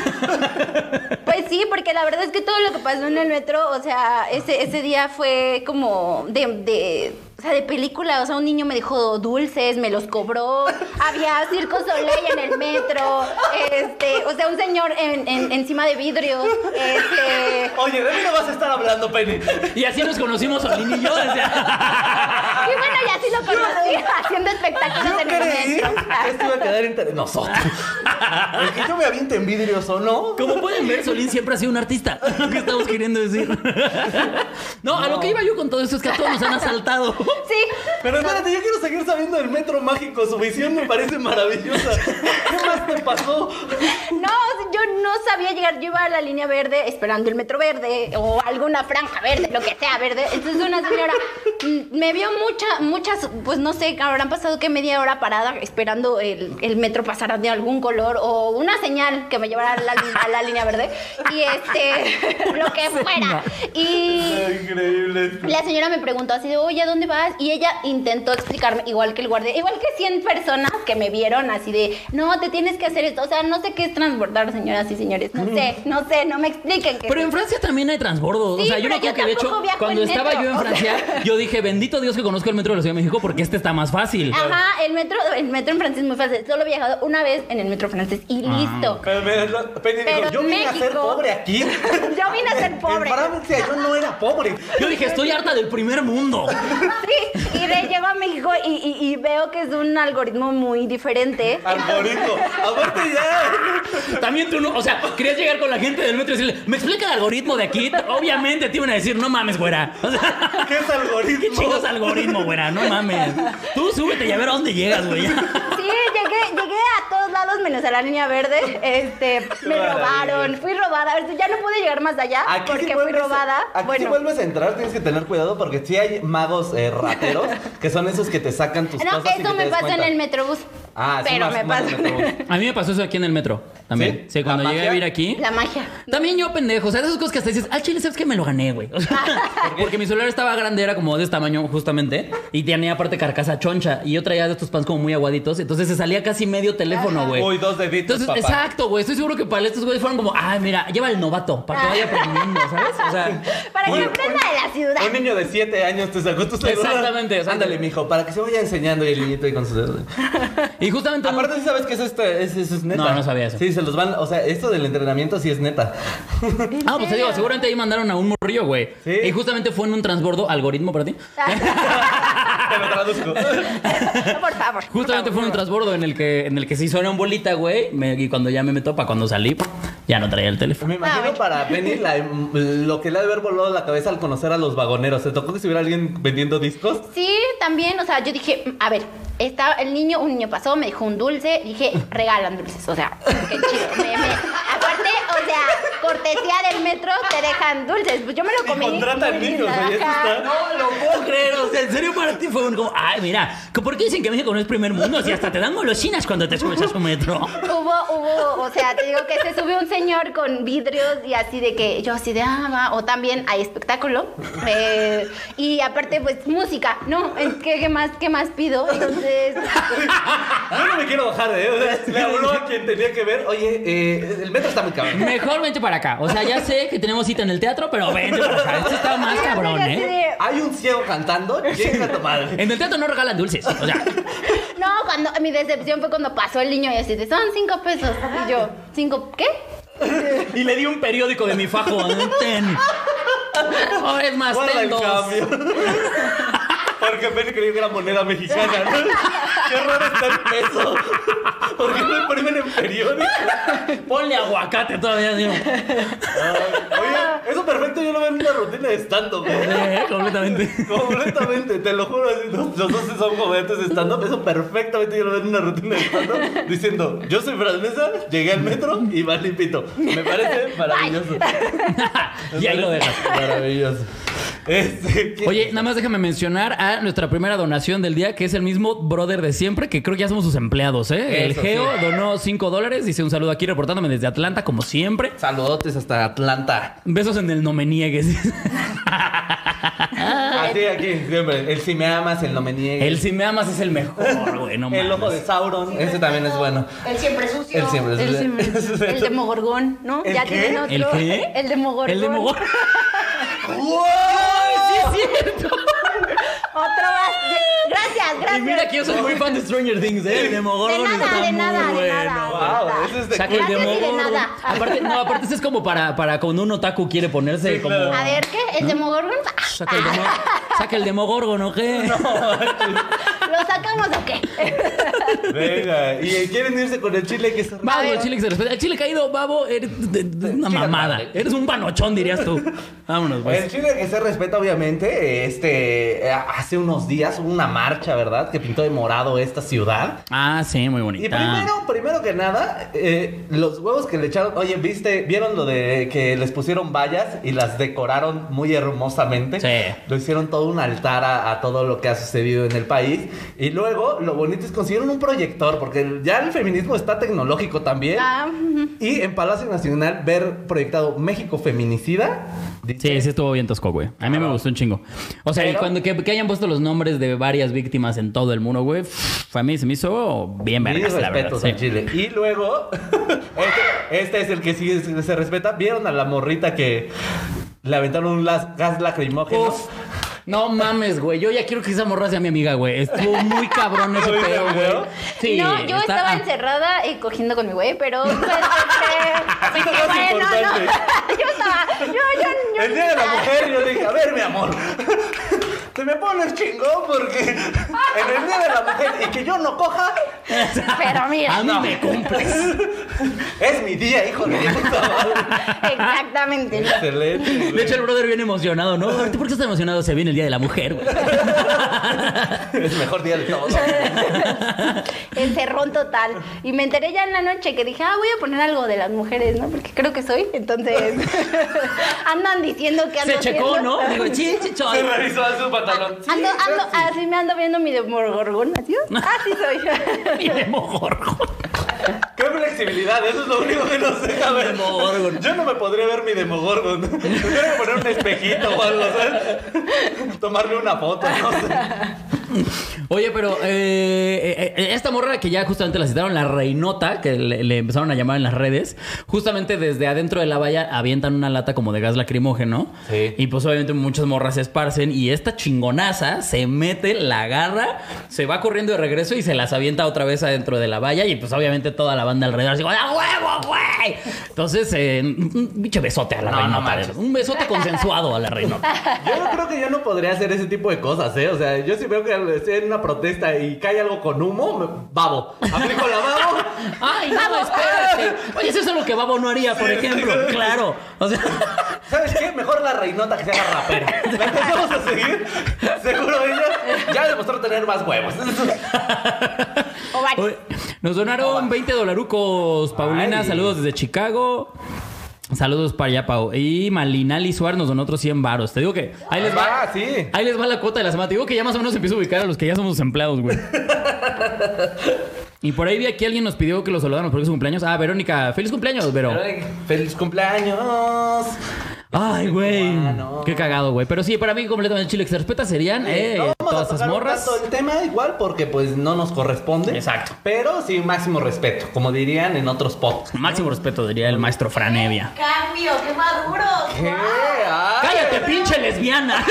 S2: ¿Concedí? Pues sí, porque la verdad es que todo lo que pasó en el metro, o sea, ese, ese día fue como de, de- o sea, de película. O sea, un niño me dejó dulces, me los cobró. Había Circo Soleil en el metro. Este, o sea, un señor en- en- encima de vidrios. Este,
S3: Oye, de mí no vas a estar hablando, Penny.
S1: Y así nos conocimos Solín y yo. o sea.
S2: y bueno, y así lo conocí haciendo espectáculos en el
S3: Creí
S2: metro.
S3: que esto iba a quedar entre nosotros. El que yo me aviente en vidrios o no.
S1: Como pueden ver, Solín siempre ha sido un artista. Lo que estamos queriendo decir. No, a lo que iba yo con todo esto es que a todos nos han asaltado.
S2: Sí,
S3: Pero espérate, yo quiero seguir sabiendo del metro mágico. Su visión me parece maravillosa. ¿Qué más te
S2: No,
S3: pasó?
S2: o sea, yo no sabía llegar. Yo iba a la línea verde esperando el metro verde o alguna franja verde, lo que sea verde. Entonces una señora mm, me vio mucha, muchas, pues no sé, habrán pasado que media hora parada esperando el, el metro pasara de algún color o una señal que me llevara a la, a la línea verde y este, [laughs] lo que fuera. Y
S3: Increíble.
S2: la señora me preguntó así de, oye, ¿a dónde vas? Y ella intentó explicarme, igual que el guardia, igual que 100 personas que me vieron así de, no, te tienes que hacer esto. O sea, no sé qué es transbordar, señoras y señores. No sé, no sé, no me expliquen qué
S1: Pero
S2: es.
S1: en Francia también hay transbordo. o
S2: Sí,
S1: sea, yo me
S2: pero
S1: acuerdo
S2: yo
S1: que de hecho,
S2: tampoco viajo
S1: cuando
S2: en
S1: estaba
S2: metro.
S1: yo en
S2: O
S1: Francia, yo dije, bendito Dios que conozco el metro de la Ciudad de México porque este está más fácil.
S2: Ajá, el metro, el metro en francés es muy fácil. Solo he viajado una vez en el metro francés y
S1: Ah,
S2: listo.
S3: Pero, me- lo- Penny dijo,
S2: Pero
S3: yo vine a ser
S2: México-
S3: pobre aquí.
S2: Yo vine a ser pobre.
S3: En Francia yo no era pobre.
S1: Yo dije, estoy harta del primer mundo.
S2: [laughs] Sí, y de- llego a México y, y- y veo que es un algoritmo muy diferente.
S3: Algoritmo. Aparte ya.
S1: También tú no, o sea, querías llegar con la gente del metro y decirle, ¿me explica el algoritmo de aquí? Obviamente te iban a decir, no mames, güera. O sea, [laughs]
S3: ¿Qué es algoritmo?
S1: qué chingos algoritmo, güera, no mames. Tú súbete y a ver a dónde llegas, güey.
S2: Sí, llegué, llegué a todos lados menos a la línea verde. Este, me
S3: maravilla.
S2: robaron, fui robada. O sea, Ya no pude llegar más allá
S3: Aquí si
S2: porque fui
S3: vuelves-
S2: robada.
S3: Aquí si
S2: bueno,
S3: vuelves a entrar tienes que tener cuidado porque si hay magos eh, rateros que son esos que te sacan tus
S2: Ah, no,
S3: cosas. y
S2: eso
S3: que
S2: me
S3: te des
S2: pasa en
S3: cuenta.
S2: el metrobús.
S3: Ah, sí,
S2: pero
S3: más-
S2: me
S3: más
S2: pasa.
S3: en el
S2: [laughs]
S3: metrobús.
S1: [laughs] A mí me pasó eso aquí en el metro. También.
S3: ¿Sí?
S1: Sí, cuando
S3: ¿La
S1: llegué a
S3: magia?
S1: vivir aquí.
S2: La magia.
S1: También yo pendejo, o sea, de esas cosas que hasta dices, ah, chile, sabes que me lo gané, güey. O sea, porque mi celular estaba grande, era como de este tamaño, justamente, y tenía aparte carcasa choncha, y yo traía de estos pants como muy aguaditos, entonces se salía casi medio teléfono, güey.
S3: Uy, dos deditos,
S1: Entonces,
S3: papá.
S1: exacto, güey. Estoy seguro que para estos güeyes fueron como, ah, mira, lleva el novato, para que vaya aprendiendo, ¿sabes? O sea,
S2: Para que
S3: Bueno,
S2: aprenda de la ciudad.
S3: [laughs] Un niño de 7 años te sacó tu celular.
S1: Exactamente, exacto.
S3: Ándale, mijo, para que se vaya enseñando y el niñito ahí con su celular.
S1: y justamente.
S3: Aparte, ¿sí sabes que eso, este, es, eso es neta.
S1: No, no sabía eso.
S3: Sí, se los van. O sea, esto del entrenamiento sí
S2: [laughs]
S3: es neta.
S1: Ah, pues te digo, seguramente ahí mandaron a un morrillo, güey.
S3: Sí.
S1: Y justamente fue en un transbordo algoritmo para ti.
S3: Te lo traduzco.
S2: Ah, por favor.
S1: Justamente fue en un
S2: por favor.
S1: transbordo en el que en el que se hizo en bolita, güey. me- Y cuando ya me meto, para cuando salí, ya no traía el teléfono.
S3: Me imagino
S2: bueno.
S3: para Penny la- lo que le ha de haber volado la cabeza al conocer a los vagoneros. ¿Se tocó que si hubiera alguien vendiendo discos?
S2: Sí, también, o sea, yo dije, "Mm, a ver, está el niño, un niño pasó, me dejó un dulce, dije, regalan dulces, o sea, qué chido. me- me- Aparte, o sea, cortesía del metro te dejan dulces. Pues yo me lo
S3: Y
S2: comí.
S3: contratan niños, güey, esto está-
S1: No lo puedo creer, o sea, en serio para ti fue un como, ay, mira, ¿por qué dicen que México no es primer mundo? Si hasta te dan golosinas cuando te subes a su metro.
S2: Hubo, hubo, o sea, te digo que se subió un señor con vidrios y así de que yo así de, ah, va, o también hay espectáculo. eh, y aparte, pues, música, ¿no? es que, ¿Qué más, qué más pido? Entonces,
S3: Yo no me quiero bajar, ¿eh? O sea, le habló a quien tenía que ver. Oye, eh, el metro está muy cabrón.
S1: Mejor vente para acá. O sea, ya sé que tenemos cita en el teatro, pero vente para acá. Esto está más
S2: [laughs]
S1: cabrón,
S2: así
S1: ¿eh?
S2: de-
S3: Hay un ciego cantando. Llega a tu madre.
S1: En el teatro no regalan dulces. O sea,
S2: No, cuando mi decepción fue cuando pasó el niño y así de, son cinco pesos. Y yo, ¿cinco qué?
S1: y le di un periódico de mi fajo. Ten. Ahora es más,
S3: Guarda
S1: ten
S3: el
S1: dos.
S3: cambio. Porque Penny creyó que era moneda mexicana, ¿no? Qué raro está el peso. Porque no imprimen en periódico.
S1: Ponle aguacate todavía, digo.
S3: Oye, eso perfecto yo lo veo en una rutina de stand-up. ¿eh?
S1: Eh, completamente.
S3: Completamente, te lo juro. así, Los los dos son comediantes de stand-up. Eso perfectamente yo lo veo en una rutina de stand-up. Diciendo, yo soy francesa, llegué al metro y va limpito. Me parece maravilloso.
S1: y ahí lo dejas.
S3: Maravilloso. Este, ¿qué-
S1: Oye, nada más déjame mencionar a nuestra primera donación del día, que es el mismo brother de siempre, que creo que ya somos sus empleados, ¿eh? El
S3: Eso
S1: Geo
S3: sí.
S1: donó 5 dólares, dice un saludo aquí reportándome desde Atlanta, como siempre.
S3: Saludotes hasta Atlanta.
S1: Besos en el no me niegues.
S3: Aquí, aquí, siempre. El si me amas, el no me niegues.
S1: El si me amas es el mejor, güey, no
S3: El ojo
S1: mames.
S3: de Sauron. Ese también es bueno.
S4: El siempre sucio.
S3: El siempre.
S2: El, [laughs]
S3: [laughs]
S2: de- el de Mogorgón, ¿no?
S3: ¿El qué?
S2: tienen otro.
S1: ¿El qué?
S2: El de Mogorgón.
S1: El de Mogor.
S3: ¡Wow!
S1: ¡Sí es cierto!
S2: [laughs] Otro más. Gracias, gracias.
S1: Y mira que yo soy muy fan de Stranger Things, ¿eh? El de Mogor.
S2: De nada, de nada, de nada.
S3: Wow, ese es de
S1: Saca
S3: culto.
S1: el de
S2: Gracias y de
S1: Mogor.
S2: nada.
S1: Aparte, no, aparte ese es como para, para cuando un otaku quiere ponerse
S3: Sí,
S1: como...
S3: claro.
S2: A ver, ¿qué? ¿El Ah, de Mogorgón?
S1: Saca el, demo, saca el demogorgon, ¿o qué?
S2: ¿Lo sacamos o
S3: [laughs]
S2: qué?
S3: Venga, y quieren irse con el chile que es
S1: Babo, el chile que se respeta. El chile caído, babo, eres de- de una
S3: Chica
S1: mamada.
S3: madre.
S1: Eres un panochón, dirías tú. Vámonos,
S3: El
S1: pues.
S3: chile que se respeta, obviamente, este, eh, hace unos días hubo una marcha, ¿verdad? Que pintó de morado esta ciudad.
S1: Ah, sí, muy
S3: Y
S1: bonita.
S3: primero, primero que nada, eh, los huevos que le echaron, oye, viste, vieron lo de que les pusieron vallas y las decoraron muy hermosamente.
S1: Sí.
S3: Lo hicieron todo un altar a, a todo lo que ha sucedido en el país. Y luego, lo bonito es consiguieron un proyector, porque ya el feminismo está tecnológico también.
S2: Ah, ujú.
S3: Y en Palacio Nacional ver proyectado México feminicida.
S1: Sí,
S3: dice,
S1: sí estuvo bien tosco, güey. A mí
S2: Ah.
S1: me gustó un chingo. O sea, y
S3: Pero-
S1: cuando que, que hayan puesto los nombres de varias víctimas en todo el mundo, güey, pff, a mí se me hizo bien
S3: Mis
S1: vergas, la verdad.
S3: respetos
S1: sí.
S3: al Chile. Y luego, [laughs] este, este es el que sí se se respeta. ¿Vieron a la morrita que le aventaron un las- gas lacrimógeno?
S1: Uf. No mames, güey. Yo ya quiero que esa morra sea mi amiga, güey. Estuvo muy cabrón ese
S3: [laughs] ¿Lo viste,
S1: pedo,
S3: güey?
S1: güey. Sí,
S2: no, yo
S1: está-
S2: estaba
S1: ah.
S2: encerrada y cogiendo con mi güey, pero
S3: [laughs]
S2: pues, este, dije,
S3: Eso es más
S2: bueno, no.
S3: importante.
S2: [laughs] Yo estaba, yo, yo, yo.
S3: El día de la mujer yo dije, a ver, mi amor. [laughs] Te me pones chingón porque en el día de la mujer y que yo no coja
S2: [laughs] Pero
S1: A
S2: mira,
S1: mí
S3: Ah, No.
S1: me cumples.
S3: [laughs] es mi día, hijo de puta
S1: [laughs]
S3: madre.
S2: exactamente. no.
S3: Excelente.
S1: De hecho, el brother viene emocionado, ¿no? Ahorita, ¿Por qué está emocionado? Se viene el Día de la Mujer, güey.
S3: es el mejor día de todo.
S2: [laughs] Encerrón total. Y me enteré ya en la noche que dije, ah, voy a poner algo de las mujeres, ¿no? Porque creo que soy. Entonces, [laughs] andan diciendo que ando
S1: Se checó,
S2: haciendo-
S1: ¿no? Digo, sí, chichón.
S3: Se revisó su pantalón. Sí,
S2: Ando, ando,
S3: sí.
S2: así me ando viendo mi de Morgorgón, así. Ah, sí
S1: [laughs]
S2: soy.
S1: [laughs] Y de mogorgo.
S3: ¡Qué flexibilidad! Eso es lo único que nos deja ver.
S1: Demogorgon.
S3: Yo no me podría ver mi Demogorgon. Tendría que poner un espejito o algo, ¿sabes? Tomarle una foto, no sé.
S1: Oye, pero eh, eh, eh, esta morra que ya justamente la citaron, la reinota, que le, le empezaron a llamar en las redes, justamente desde adentro de la valla avientan una lata como de gas lacrimógeno.
S3: Sí.
S1: Y pues obviamente muchas morras se esparcen y esta chingonaza se mete, la agarra, se va corriendo de regreso y se las avienta otra vez adentro de la valla y pues obviamente toda la banda alrededor así, ¡a huevo, güey! Entonces, eh, un un pinche besote a la
S3: No, no
S1: reinota.
S3: manches.
S1: un besote consensuado a la reinota.
S3: Yo no creo que yo no podría hacer ese tipo de cosas, ¿eh? O sea, yo si veo que estoy en una protesta y cae algo con humo, me... babo. Aplico la babo.
S1: ¡Ay, no, espérate! Oye, eso es lo que Babo no haría, por ejemplo. Claro. O sea,
S3: [laughs] ¿Sabes qué? Mejor la reinota que se haga rapera. La empezamos a seguir. Seguro ella ya demostró tener más huevos.
S2: O varios.
S1: oye, nos donaron 20 dolarucos, Paulina.
S3: Ay.
S1: Saludos desde Chicago. Saludos para allá, Pau. Y Malinali Suar nos donó otros 100 varos. Te digo que ahí les va.
S3: Ah, sí.
S1: Ahí les va la cuota de la semana. Te digo que ya más o menos empiezo a ubicar a los que ya somos empleados, güey. Y por ahí vi aquí alguien nos pidió que lo saludáramos porque es su cumpleaños. Ah, Verónica, feliz cumpleaños, Vero.
S3: Ay, ¡Feliz cumpleaños!
S1: Ay, güey.
S3: Cubano.
S1: Qué cagado, güey. Pero sí, para mí completamente chile que se respeta serían eh,
S3: No vamos
S1: todas
S3: a
S1: esas
S3: tocar
S1: morras.
S3: tanto el tema igual porque pues no nos corresponde.
S1: Exacto.
S3: Pero sí, máximo respeto, como dirían en otros podcasts.
S1: Máximo respeto diría el maestro Fran Evia.
S2: Cambio, qué maduro.
S3: ¿Qué? Ay,
S1: ¡Cállate, pinche lesbiana!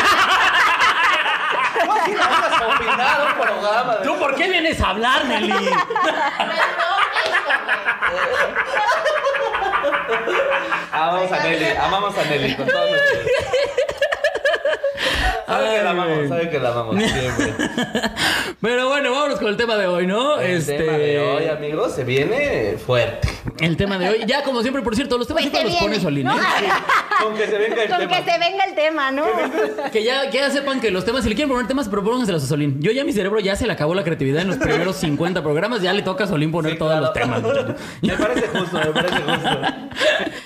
S3: ¿cómo así la vas a combinar un programa
S1: [laughs]
S3: de-
S1: ¿Tú por qué vienes a hablar,
S3: [laughs]
S1: Nelly?
S3: Amamos a Nelly, amamos a Nelly con todo nuestro.
S1: Ay,
S3: Sabe que la
S1: güey.
S3: amamos, sabe que la
S1: [laughs]
S3: amamos siempre.
S1: Pero bueno, vámonos con el tema de hoy, ¿no?
S3: El
S1: este.
S3: tema de hoy, amigos, se viene fuerte.
S1: El tema de hoy. Ya, como siempre, por cierto, los temas
S2: Pues
S1: siempre
S2: se
S1: los pone
S2: viene,
S1: Solín,
S2: [laughs] ¿no?
S1: ¿eh?
S3: Con que se venga el
S2: Con
S3: tema.
S2: que se venga el tema, ¿no?
S1: Que ya, que ya sepan que los temas, si le quieren poner temas, propónganselos a Solín. Yo ya mi cerebro ya se le acabó la creatividad en los primeros 50 programas. Ya le toca a Solín poner
S3: Sí,
S1: todos los
S3: claro.
S1: temas. muchachos.
S3: [laughs]
S1: [laughs]
S3: Me parece justo, me parece justo.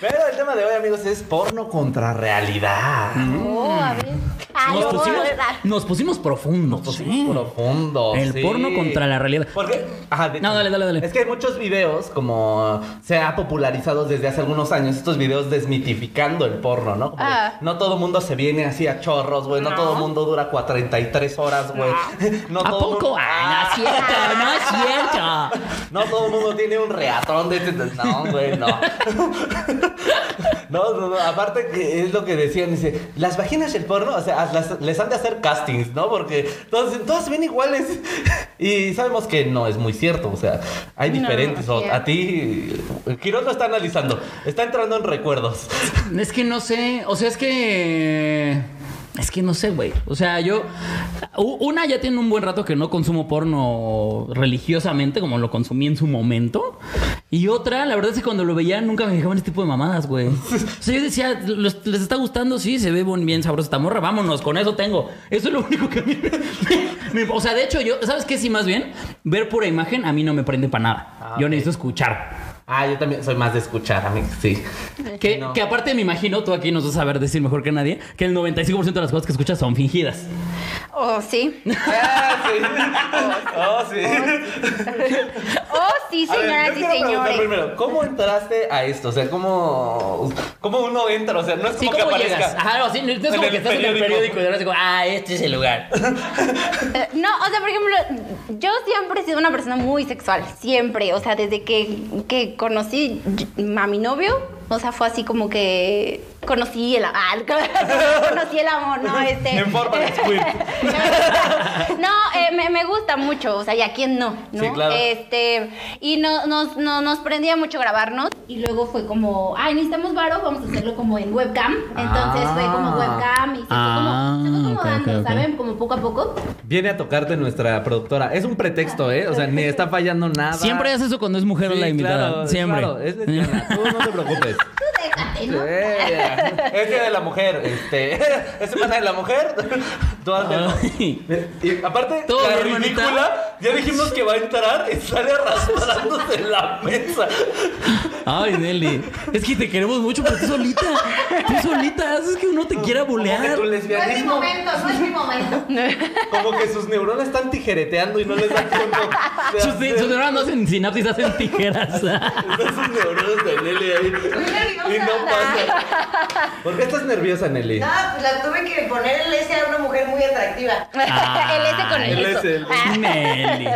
S3: Pero el tema de hoy, amigos, es porno contra realidad.
S2: Oh, a ver. Ay,
S1: Nos
S2: no,
S1: pusimos,
S2: ¿verdad?
S1: nos pusimos profundos. sí.
S3: Profundo.
S1: El
S3: sí.
S1: porno contra la realidad.
S3: Porque, ajá, de-
S1: No, dale, dale, dale.
S3: Es que hay muchos videos como se ha popularizado desde hace algunos años, estos videos desmitificando el porno, ¿no? Como de,
S2: Ah.
S3: No todo mundo se viene así a chorros, güey. No,
S2: No.
S3: todo mundo dura 43 horas, güey. [laughs] No.
S1: ¿A
S3: todo
S1: poco?
S3: mundo-
S1: Ay, no es cierto, no es cierto.
S3: No todo el mundo tiene un reatrón de este. No, güey, no. No, no, no. Aparte que es lo que decían, dice, las vaginas del porno, o sea, las- les han de hacer castings, ¿no? Porque todas, todas se ven iguales. Y sabemos que no es muy cierto, o sea, hay
S2: No, no
S3: diferentes.
S2: es
S3: o-
S2: cierto.
S3: a ti, Quirón lo está analizando, está entrando en recuerdos.
S1: [laughs] Es que no sé, o sea, es que... Es que no sé, güey. O sea, yo... u- Una, ya tiene un buen rato que no consumo porno religiosamente, como lo consumí en su momento. Y otra, la verdad es que cuando lo veía nunca me fijaban en este tipo de mamadas,
S3: [laughs]
S1: güey. O sea, yo decía, "Los- les está gustando, sí, se ve buen- bien sabrosa esta morra, vámonos, con eso tengo. Eso es lo único que a mí... me- [laughs] me- o sea, de hecho, yo, ¿sabes qué? Sí, más bien, ver pura imagen a mí no me prende para nada.
S3: Ah,
S1: yo
S3: ok.
S1: necesito escuchar.
S3: Ah, yo también soy más de escuchar, a mí
S2: [laughs]
S3: sí.
S1: Que,
S3: No.
S1: que aparte me imagino, tú aquí nos vas a saber decir mejor que nadie, que el 95% de las cosas que escuchas son fingidas.
S2: Oh,
S1: [laughs]
S2: sí.
S3: Ah, sí. Oh, sí.
S2: Oh, sí,
S3: A ver,
S2: señoras
S3: yo
S2: y
S3: quiero preguntar
S2: señores.
S3: Primero, ¿cómo entraste a esto? O sea, ¿cómo, cómo uno entra? O sea, no es
S1: Sí,
S3: como que
S1: ¿cómo
S3: aparezca.
S1: llegas? Ah, Ajá, algo así, no es
S3: en
S1: como
S3: el
S1: que estás en el
S3: periódico.
S1: periódico y ahora digo, ah, este es el lugar.
S2: Eh, no, o sea, por ejemplo, yo siempre he sido una persona muy sexual, siempre. O sea, desde que, que conocí a mi novio, o sea, fue así como que conocí el amor. [laughs] conocí el amor,
S3: [laughs]
S2: ¿no? Este,
S3: En forma de squirt.
S2: [laughs] no, eh, me, me gusta mucho, o sea, y a quién no, ¿no?
S3: Sí, claro.
S2: Este, y no, nos, no- nos prendía mucho grabarnos y luego fue como, ay, necesitamos varo, vamos a hacerlo como en webcam. Entonces fue como webcam y se fue como, se fue como
S1: Ah, ok,
S2: dando,
S1: ok, ok.
S2: ¿saben? Como poco a poco.
S3: Viene a tocarte nuestra productora. Es un pretexto, ¿eh? O sea, ni está fallando nada.
S1: Siempre haces eso cuando es mujer
S3: Sí,
S1: la invitada.
S3: claro,
S1: Siempre.
S3: claro, es lesbiana. Tú no
S2: [laughs]
S3: te preocupes.
S2: Tú déjate,
S3: Sí,
S2: ¿no?
S3: es día de la mujer, este, [laughs] es semana de la mujer, [laughs] tú hazlo. Y aparte,
S1: Todo
S3: la
S1: bien, manita.
S3: ridícula, ya dijimos que va a entrar y sale arrastrándose en la mesa.
S1: Ay, Nelly. Es que te queremos mucho, pero tú solita. Tú solita haces que uno te quiera
S3: Como que
S1: bolear.
S3: tu lesbianismo
S2: no es mi [laughs] momento.
S3: Como que sus neuronas están tijereteando y no les da tiempo.
S1: [laughs]
S3: de
S1: Sus,
S3: hacer-
S1: sus neuronas no hacen sinapsis, hacen tijeras.
S3: Están [laughs] sus neuronas de Nelly ahí.
S4: nerviosa.
S3: Y no pasa. ¿Por qué estás nerviosa, Nelly?
S4: Ah, pues la tuve que poner el S a una mujer muy atractiva.
S2: el S con
S1: Ay,
S2: el
S3: el
S2: eso.
S3: S, el S.
S2: Ah.
S1: Nelly.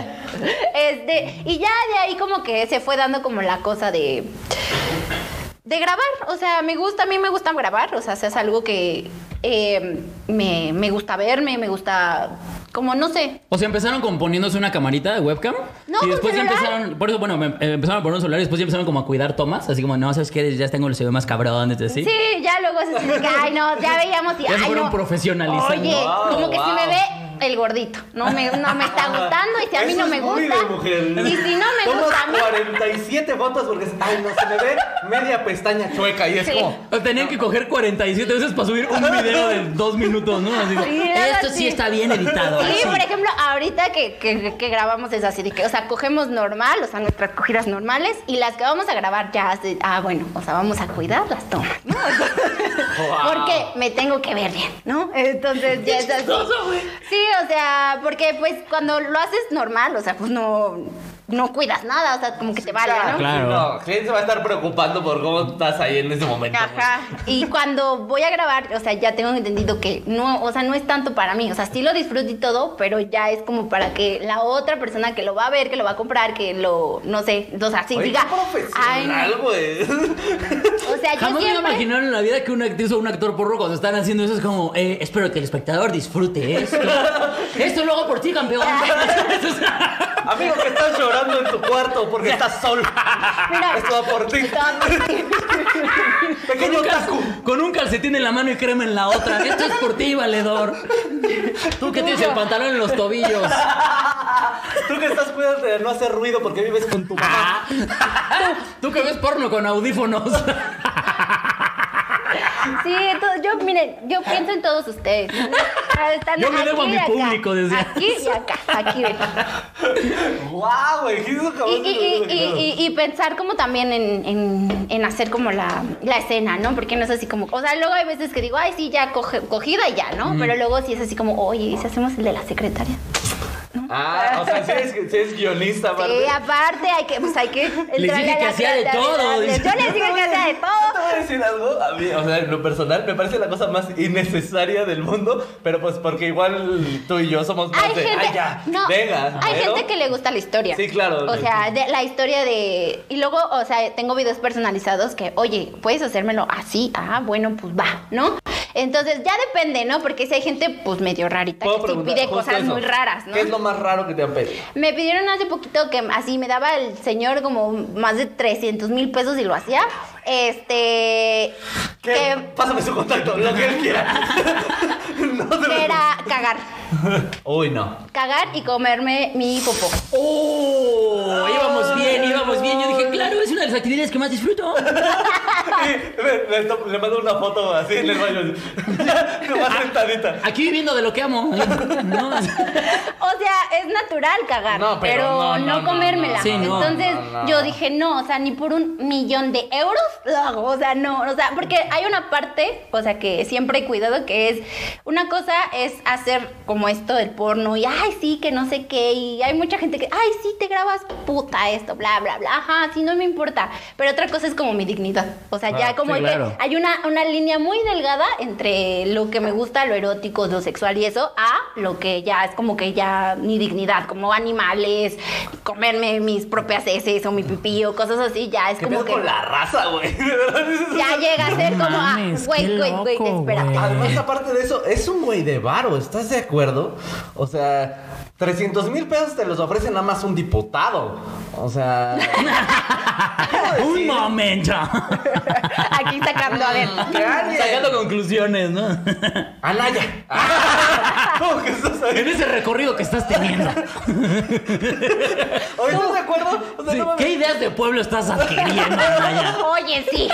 S2: Este, y ya de ahí como que se fue dando como la cosa de de grabar, o sea, me gusta, a mí me gusta grabar, o sea, es algo que eh, me, me gusta verme, me gusta, como no sé,
S1: O sea, empezaron componiéndose una camarita de webcam.
S2: No,
S1: y
S2: con
S1: después ya
S2: celular.
S1: empezaron. Por eso, bueno, me- eh, empezaron a poner un celular y después ya empezaron como a cuidar tomas. Así como, no, ¿sabes qué? Ya tengo el CV más cabrón, desde así.
S2: sí, ya luego se siente que, ay no, ya veíamos y
S1: Ya se
S2: ay
S1: fueron
S2: no,
S1: profesionalizando.
S2: oye,
S3: Wow,
S2: como que si
S3: wow.
S2: me ve el gordito, no me, no me
S3: [laughs]
S2: está gustando y si a mí
S3: Eso
S2: no
S3: es
S2: me
S3: muy
S2: gusta,
S3: de mujer.
S2: y si no me
S3: Tomas
S2: gusta a mí,
S3: 47 fotos porque, ay, no se me ve media pestaña chueca y es
S2: Sí.
S3: como.
S1: O Tenían que coger 47 veces para subir un video de dos minutos, ¿no? Así como,
S2: Sí, era
S1: Esto
S2: así.
S1: sí está bien editado.
S2: Sí,
S1: así".
S2: por ejemplo, ahorita que, que- que grabamos es así de que, o sea, cogemos normal, o sea, nuestras cogidas normales y las que vamos a grabar ya, así, ah, bueno, o sea, vamos a cuidar las tomas, ¿no? Porque me tengo que ver bien, ¿no? Entonces ya es así. Sí, o sea, porque pues cuando lo haces normal, o sea, pues no, no cuidas nada, o sea, como que te vale, ¿no?
S1: Claro.
S3: No, ¿quién se va a estar preocupando por cómo estás ahí en ese momento?
S2: Ajá. Y cuando voy a grabar, o sea, ya tengo entendido que no, o sea, no es tanto para mí. O sea, sí lo disfruto y todo, pero ya es como para que la otra persona que lo va a ver, que lo va a comprar, que lo, no sé, o sea, sí
S3: Oye,
S2: diga.
S3: qué profesional,
S2: "Ay,
S3: güey.
S2: no". O sea, yo
S1: Jamás me iba a
S2: siempre.
S1: imaginar en la vida que una actriz o un actor porro cuando están haciendo eso es como, eh, espero que el espectador disfrute
S2: [laughs]
S1: esto. esto lo hago por ti, campeón.
S3: Amigo, que estás llorando en tu cuarto porque estás solo.
S2: Mira.
S3: Esto va por ti. [laughs] Pequeño Taku.
S1: Con un calcetín en la mano y crema en la otra. Esto es por ti, valedor. Tú que tienes el pantalón en los tobillos.
S3: Tú que estás cuidando de no hacer ruido porque vives con tu
S2: Ah.
S3: mamá.
S1: Tú que ves porno con
S2: [laughs]
S1: audífonos.
S2: Sí, entonces, yo, miren, yo pienso en todos ustedes. Están
S1: Yo me
S2: aquí
S1: debo a
S2: y
S1: mi
S2: acá,
S1: público, decía.
S2: Aquí y acá, aquí. ven.
S3: ¡Guau, güey! ¿Qué es eso,
S2: Y,
S3: cabrón?
S2: y- y- y- y- y pensar como también en, en- en hacer como la, la escena, ¿no? Porque no es así como... O sea, luego hay veces que digo, ay, sí, ya coge- cogida y ya,
S1: Mm.
S2: ¿no? Pero luego sí es así como, oye, ¿y si hacemos el de la secretaria?
S3: Ah, o sea, si eres, sí eres guionista,
S2: Sí,
S3: aparte.
S2: aparte hay que... Pues hay que... entrarle
S1: dije
S2: a la
S1: que hacía de
S2: creatividad.
S1: todo,
S2: Yo
S1: dice.
S2: les dije que hacía de
S3: Te
S2: todo.
S3: voy a decir algo, a mí, o sea, en lo personal me parece la cosa más innecesaria del mundo, pero pues porque igual tú y yo somos más
S2: Hay
S3: de,
S2: gente...
S3: "Ay, ya,
S2: no,
S3: venga",
S2: hay
S3: pero-
S2: gente que le gusta la historia.
S3: Sí, claro.
S2: O sea, de- la historia de... Y luego, o sea, tengo videos personalizados que, oye, puedes hacérmelo así. Ah, bueno, pues va, ¿no? Entonces ya depende, ¿no? Porque si hay gente, pues medio rarita,
S3: Puedo
S2: que sí
S3: preguntar
S2: pide
S3: justo
S2: cosas
S3: eso.
S2: muy raras, ¿no?
S3: ¿Qué es lo más raro que te han pedido?
S2: Me pidieron hace poquito que así me daba el señor como más de 300 mil pesos y lo hacía. Este...
S3: ¿Qué?
S2: Que,
S3: Pásame su contacto, lo que él quiera. [laughs] no te
S2: que era cagar.
S3: preocupes. Uy, no.
S2: Cagar y comerme mi popó.
S1: ¡Oh! Íbamos bien, íbamos bien. Yo dije, claro, es una de las actividades que más disfruto.
S3: [laughs] Y le, le to- le mando una foto así en el baño. [laughs] Más sentadita.
S1: Aquí viviendo de lo que amo. No,
S2: O sea, es natural cagar,
S3: No, pero
S2: pero,
S3: no,
S2: no,
S3: no, no,
S2: comérmela.
S1: no. Sí, no,
S2: Entonces
S3: no, no.
S2: yo dije, no, o sea, ni por un millón de euros lo hago. O sea, no, o sea, porque hay una parte, o sea, que siempre he cuidado, que es, una cosa es hacer como esto del porno y, ay, sí, que no sé qué, y hay mucha gente que, ay, sí, te grabas puta esto, bla, bla, bla, ajá, sí, no me importa. Pero otra cosa es como mi dignidad. O sea,
S3: Ah,
S2: ya como
S1: sí,
S2: que
S1: claro.
S2: hay una, una línea muy delgada entre lo que me gusta, lo erótico, lo sexual y eso, a lo que ya es como que ya mi dignidad, como animales, comerme mis propias heces o mi pipí o cosas así, ya es
S3: ¿Qué
S2: como
S3: pedo
S2: que
S3: con la raza, güey? [laughs] De verdad, es eso.
S2: ya llega a ser
S1: No
S2: como, ah,
S1: mames, qué
S2: güey, güey, güey,
S1: loco,
S2: espérate.
S1: güey.
S3: Además, aparte de eso, es un güey de varo, ¿estás de acuerdo? O sea, 300 mil pesos te los ofrece nada más un diputado. O sea...
S1: Un momento.
S2: [laughs] Aquí sacando, a ver.
S3: nadie.
S1: Sacando conclusiones, ¿no?
S3: Anaya. [laughs] ¿Cómo que estás ahí?
S1: En ese recorrido que estás teniendo.
S3: Oye, ¿Estás de acuerdo? O sea,
S1: Sí,
S3: no mames.
S1: ¿Qué ideas de pueblo estás adquiriendo, Anaya?
S2: Oye, sí.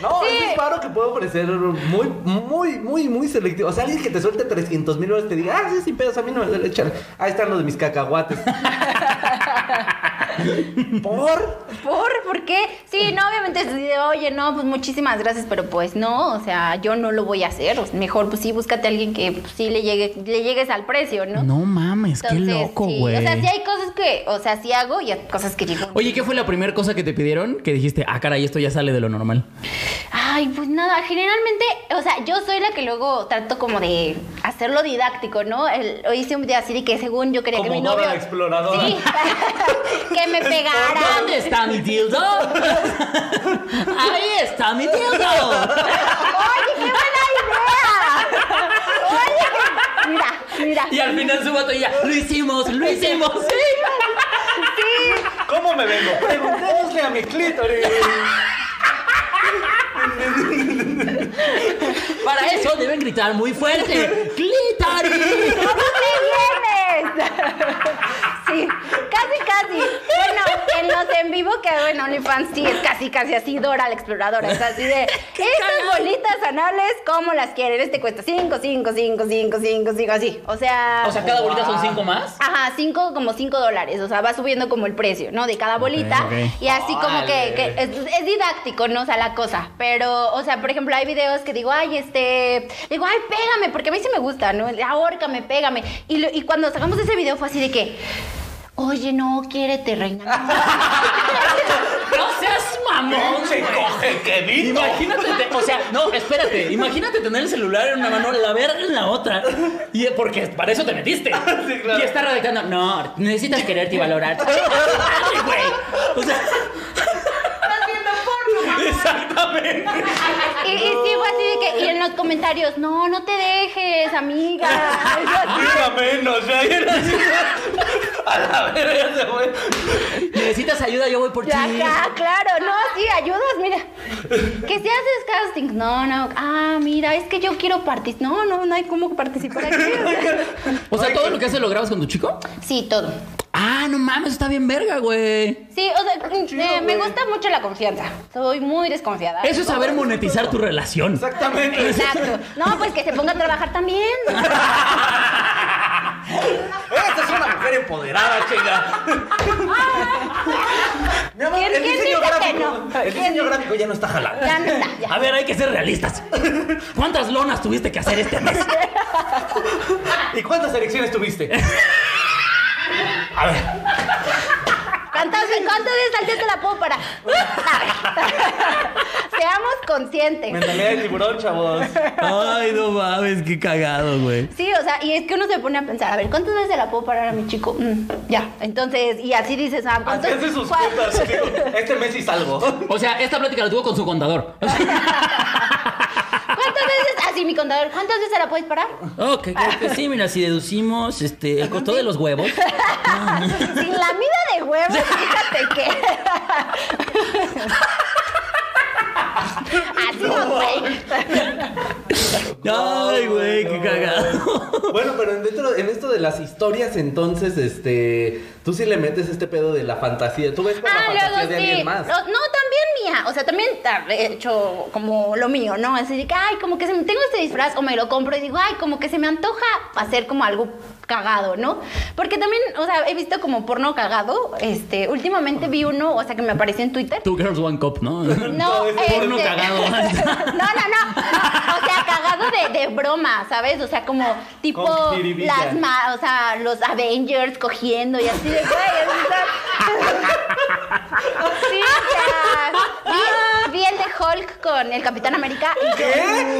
S3: No,
S2: Sí.
S3: es un paro que puede ofrecer muy, muy, muy, muy selectivo. O sea, alguien que te suelte 300 mil dólares te diga, ah, sí, sin pedos, a mí no me le echan. Ahí están los de mis
S1: [laughs]
S3: cacahuates. ¿Por?
S2: ¿Por? ¿Por qué? Sí, no, obviamente se dice, oye, no, pues muchísimas gracias, pero pues no, o sea, yo no lo voy a hacer. o sea, mejor, pues sí, búscate a alguien que pues, sí le, llegue, le llegues al precio, ¿no?
S1: No mames, qué
S2: Entonces,
S1: loco,
S2: sí,
S1: güey.
S2: O sea, sí hay cosas que, o sea, sí hago y hay cosas que digo.
S1: Oye, ¿qué fue la primera cosa que te pidieron que dijiste, ah, caray, esto ya sale de lo normal?
S2: Ay, pues nada, generalmente, o sea, yo soy la que luego trato como de hacerlo didáctico, ¿no? El- hoy hice un video así de que según yo quería
S3: Como
S2: que mi
S3: Dora
S2: novio...
S3: la exploradora.
S2: Sí, [laughs] que me pegara.
S1: ¿Dónde está mi tildo? [laughs] Ahí está mi tildo.
S2: ¡Oye, qué buena idea! [laughs] Oye, qué- mira,
S1: Y
S2: mira.
S1: al final su vato y ya, lo hicimos, lo hicimos, [laughs] sí.
S3: ¿Cómo me vengo? Preguntémosle a mi clítoris.
S1: Para eso deben gritar muy [laughs] fuerte. ¡Clitoris!
S2: ¿Cómo te vienes? Sí, casi, casi. Bueno, en los en vivo que hago en OnlyFans sí es casi, casi así Dora la exploradora. Es así de estas bolitas anales, ¿cómo las quieren? Este cuesta 5, 5, 5, 5, 5, 5, así. O sea.
S5: O sea, cada bolita son cinco más.
S2: Ajá, cinco, como cinco dólares. O sea, va subiendo como el precio, ¿no? De cada bolita.
S1: ok.
S2: Y así como
S5: Órale.
S2: que, que es, es didáctico, ¿no? O sea, la cosa. Pero, o sea, por ejemplo, hay videos que digo, ay, este. Digo, ay, pégame, porque a mí sí me gusta, ¿no? Ahórcame, pégame. Y, lo- y cuando sacamos ese video fue así de que. Oye, no, quiérete, reina.
S5: No seas mamón.
S3: coge que
S5: Imagínate, te- o sea, no, espérate, imagínate tener el celular en una mano, la verga en la otra. Y porque para eso te
S3: [laughs]
S5: metiste.
S3: claro.
S5: Y está redactando, no, necesitas quererte y
S3: [laughs]
S5: valorarte. Ay, güey. O sea,
S4: Estás viendo porno, mamá.
S5: exactamente.
S2: Y, y sí fue así de que. Y en los comentarios, no, no te dejes, amiga. Y yo así,
S3: menos, ya
S5: [laughs]
S3: era así. A la verga se fue.
S1: Necesitas ayuda, yo voy por ti.
S2: Ya, ya, claro, no, sí, ayudas, mira. Que si haces casting, no, no, ah, mira, es que yo quiero participar. No, no, no hay cómo participar aquí. o sea.
S1: O sea, todo lo que haces lo grabas con tu chico.
S2: Sí, todo.
S1: Ah, no mames, está bien verga, güey.
S2: Sí, o sea, eh, me gusta mucho la confianza. Soy muy desconfiada.
S1: Eso es saber monetizar tu relación.
S3: Exactamente.
S2: Exacto. No, pues que se ponga a trabajar también.
S3: Esta es una mujer empoderada, chinga. Mi amor,
S2: ¿Quién-
S3: el
S2: quién
S3: diseño
S2: dice que
S3: gráfico.
S2: no?
S3: El diseño gráfico ya no está jalando.
S2: Ya no está, ya.
S1: A ver, hay que ser realistas. ¿Cuántas lonas tuviste que hacer este mes?
S3: ¿Y cuántas
S2: [laughs]
S3: elecciones tuviste? A ver.
S2: ¿Cuántas, cuántas veces al día te la puedo parar? [laughs] A ver. Seamos conscientes.
S3: Mentalidad de tiburón, chavos.
S1: Ay, no mames, qué cagado, güey.
S2: Sí, o sea, y es que uno se pone a pensar, a ver, ¿cuántas veces se la puedo parar a mi chico? Mm, ya, entonces, y así dices, ah, ¿cuántas
S3: Hacerse sus
S2: cuál-
S3: cuentas, digo, Este mes sí [laughs] salvo.
S1: O sea, esta plática la tuvo con su contador.
S2: ¿Cuántas veces, así mi contador, ¿cuántas veces se la puedes parar? [laughs]
S1: Ok, creo que sí, mira, si deducimos este, el costo de los huevos.
S2: Sin la mida de huevos, fíjate que. [laughs] así no, güey.
S1: Ay, güey, qué
S3: No.
S1: cagado.
S3: Bueno, pero dentro, en esto de las historias, entonces, este. Tú sí le metes este pedo de la fantasía. Tú ves por la
S2: Ah,
S3: fantasía
S2: luego
S3: de
S2: sí.
S3: alguien
S2: No, no,
S3: más.
S2: también mía. O sea, también ah, he hecho como lo mío, ¿no? Así de que, ay, como que se me, tengo este disfraz o me lo compro y digo, ay, como que se me antoja hacer como algo cagado, ¿no? Porque también, o sea, he visto como porno cagado. Este, últimamente vi uno, o sea, que me apareció en Twitter.
S1: Two girls, one cup, ¿no?
S2: No,
S3: es
S2: este-
S1: porno cagado.
S2: [laughs] no, no, no. O sea, cagado de, de broma, ¿sabes? O sea, como tipo
S3: Con jiribilla.
S2: las ma- o sea, los Avengers cogiendo y así de güey. o sea. Sí, o sea, vi, vi el de Hulk con el Capitán América y yo,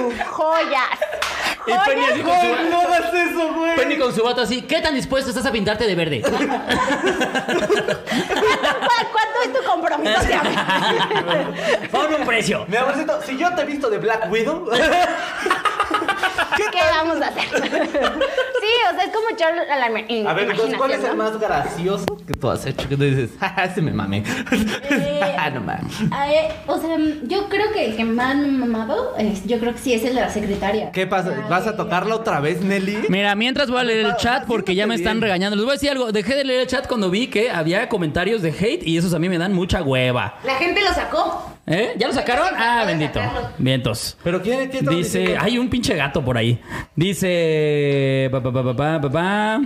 S2: "Uh, joyas.
S1: Y Penny así con
S2: Joyas.
S1: su,
S3: No hagas eso, güey.
S1: Penny con su vato así. ¿Qué tan dispuesto estás a pintarte de verde?
S2: ¿Cuál- ¿Cuánto es tu compromiso? de
S3: [laughs]
S2: amor?
S1: Pon un precio.
S3: Mi amorcito, si yo te he visto de Black Widow,
S2: ¿Qué vamos a hacer? [laughs] Sí, o sea, es como echar a la
S3: [laughs] a ver, entonces, ¿cuál es
S2: imaginación,
S3: el
S2: ¿no?
S3: más gracioso que tú has hecho? Que tú dices, jaja, se me mame.
S2: Eh.
S3: [laughs] Jaja, no mames.
S2: A ver, o sea, yo creo que el que más me ha mamado, es- yo creo que sí es el de la secretaria.
S3: ¿Qué pasa? ¿Vas a tocarla otra vez, Nelly?
S1: Mira, mientras voy a leer el chat porque ya me están regañando. Les voy a decir algo. Dejé de leer el chat cuando vi que había comentarios de hate y esos a mí me dan mucha hueva.
S4: La gente lo sacó.
S1: ¿Eh? ¿Ya lo sacaron? Ah, bendito. Vientos.
S3: ¿Pero quién, quién estaba
S1: Dice,
S3: diciendo?
S1: hay un pinche gato por ahí. Dice, pa, pa, pa, pa, pa, pa, pa.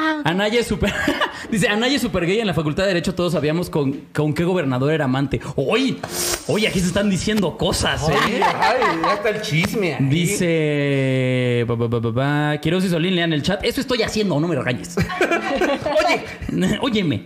S2: Ah,
S1: Anaya es super, [laughs] dice Anaya es super gay en la Facultad de Derecho todos sabíamos con, con qué gobernador era amante. Hoy, hoy aquí se están diciendo cosas. ¿eh?
S3: Ay, ay, ya está el chisme. ahí.
S1: Dice, pa, pa, pa, pa, pa. Quiero si Solín lean el chat. Eso estoy haciendo, no me
S3: [laughs]
S1: regañes. Oye, [laughs] óyeme.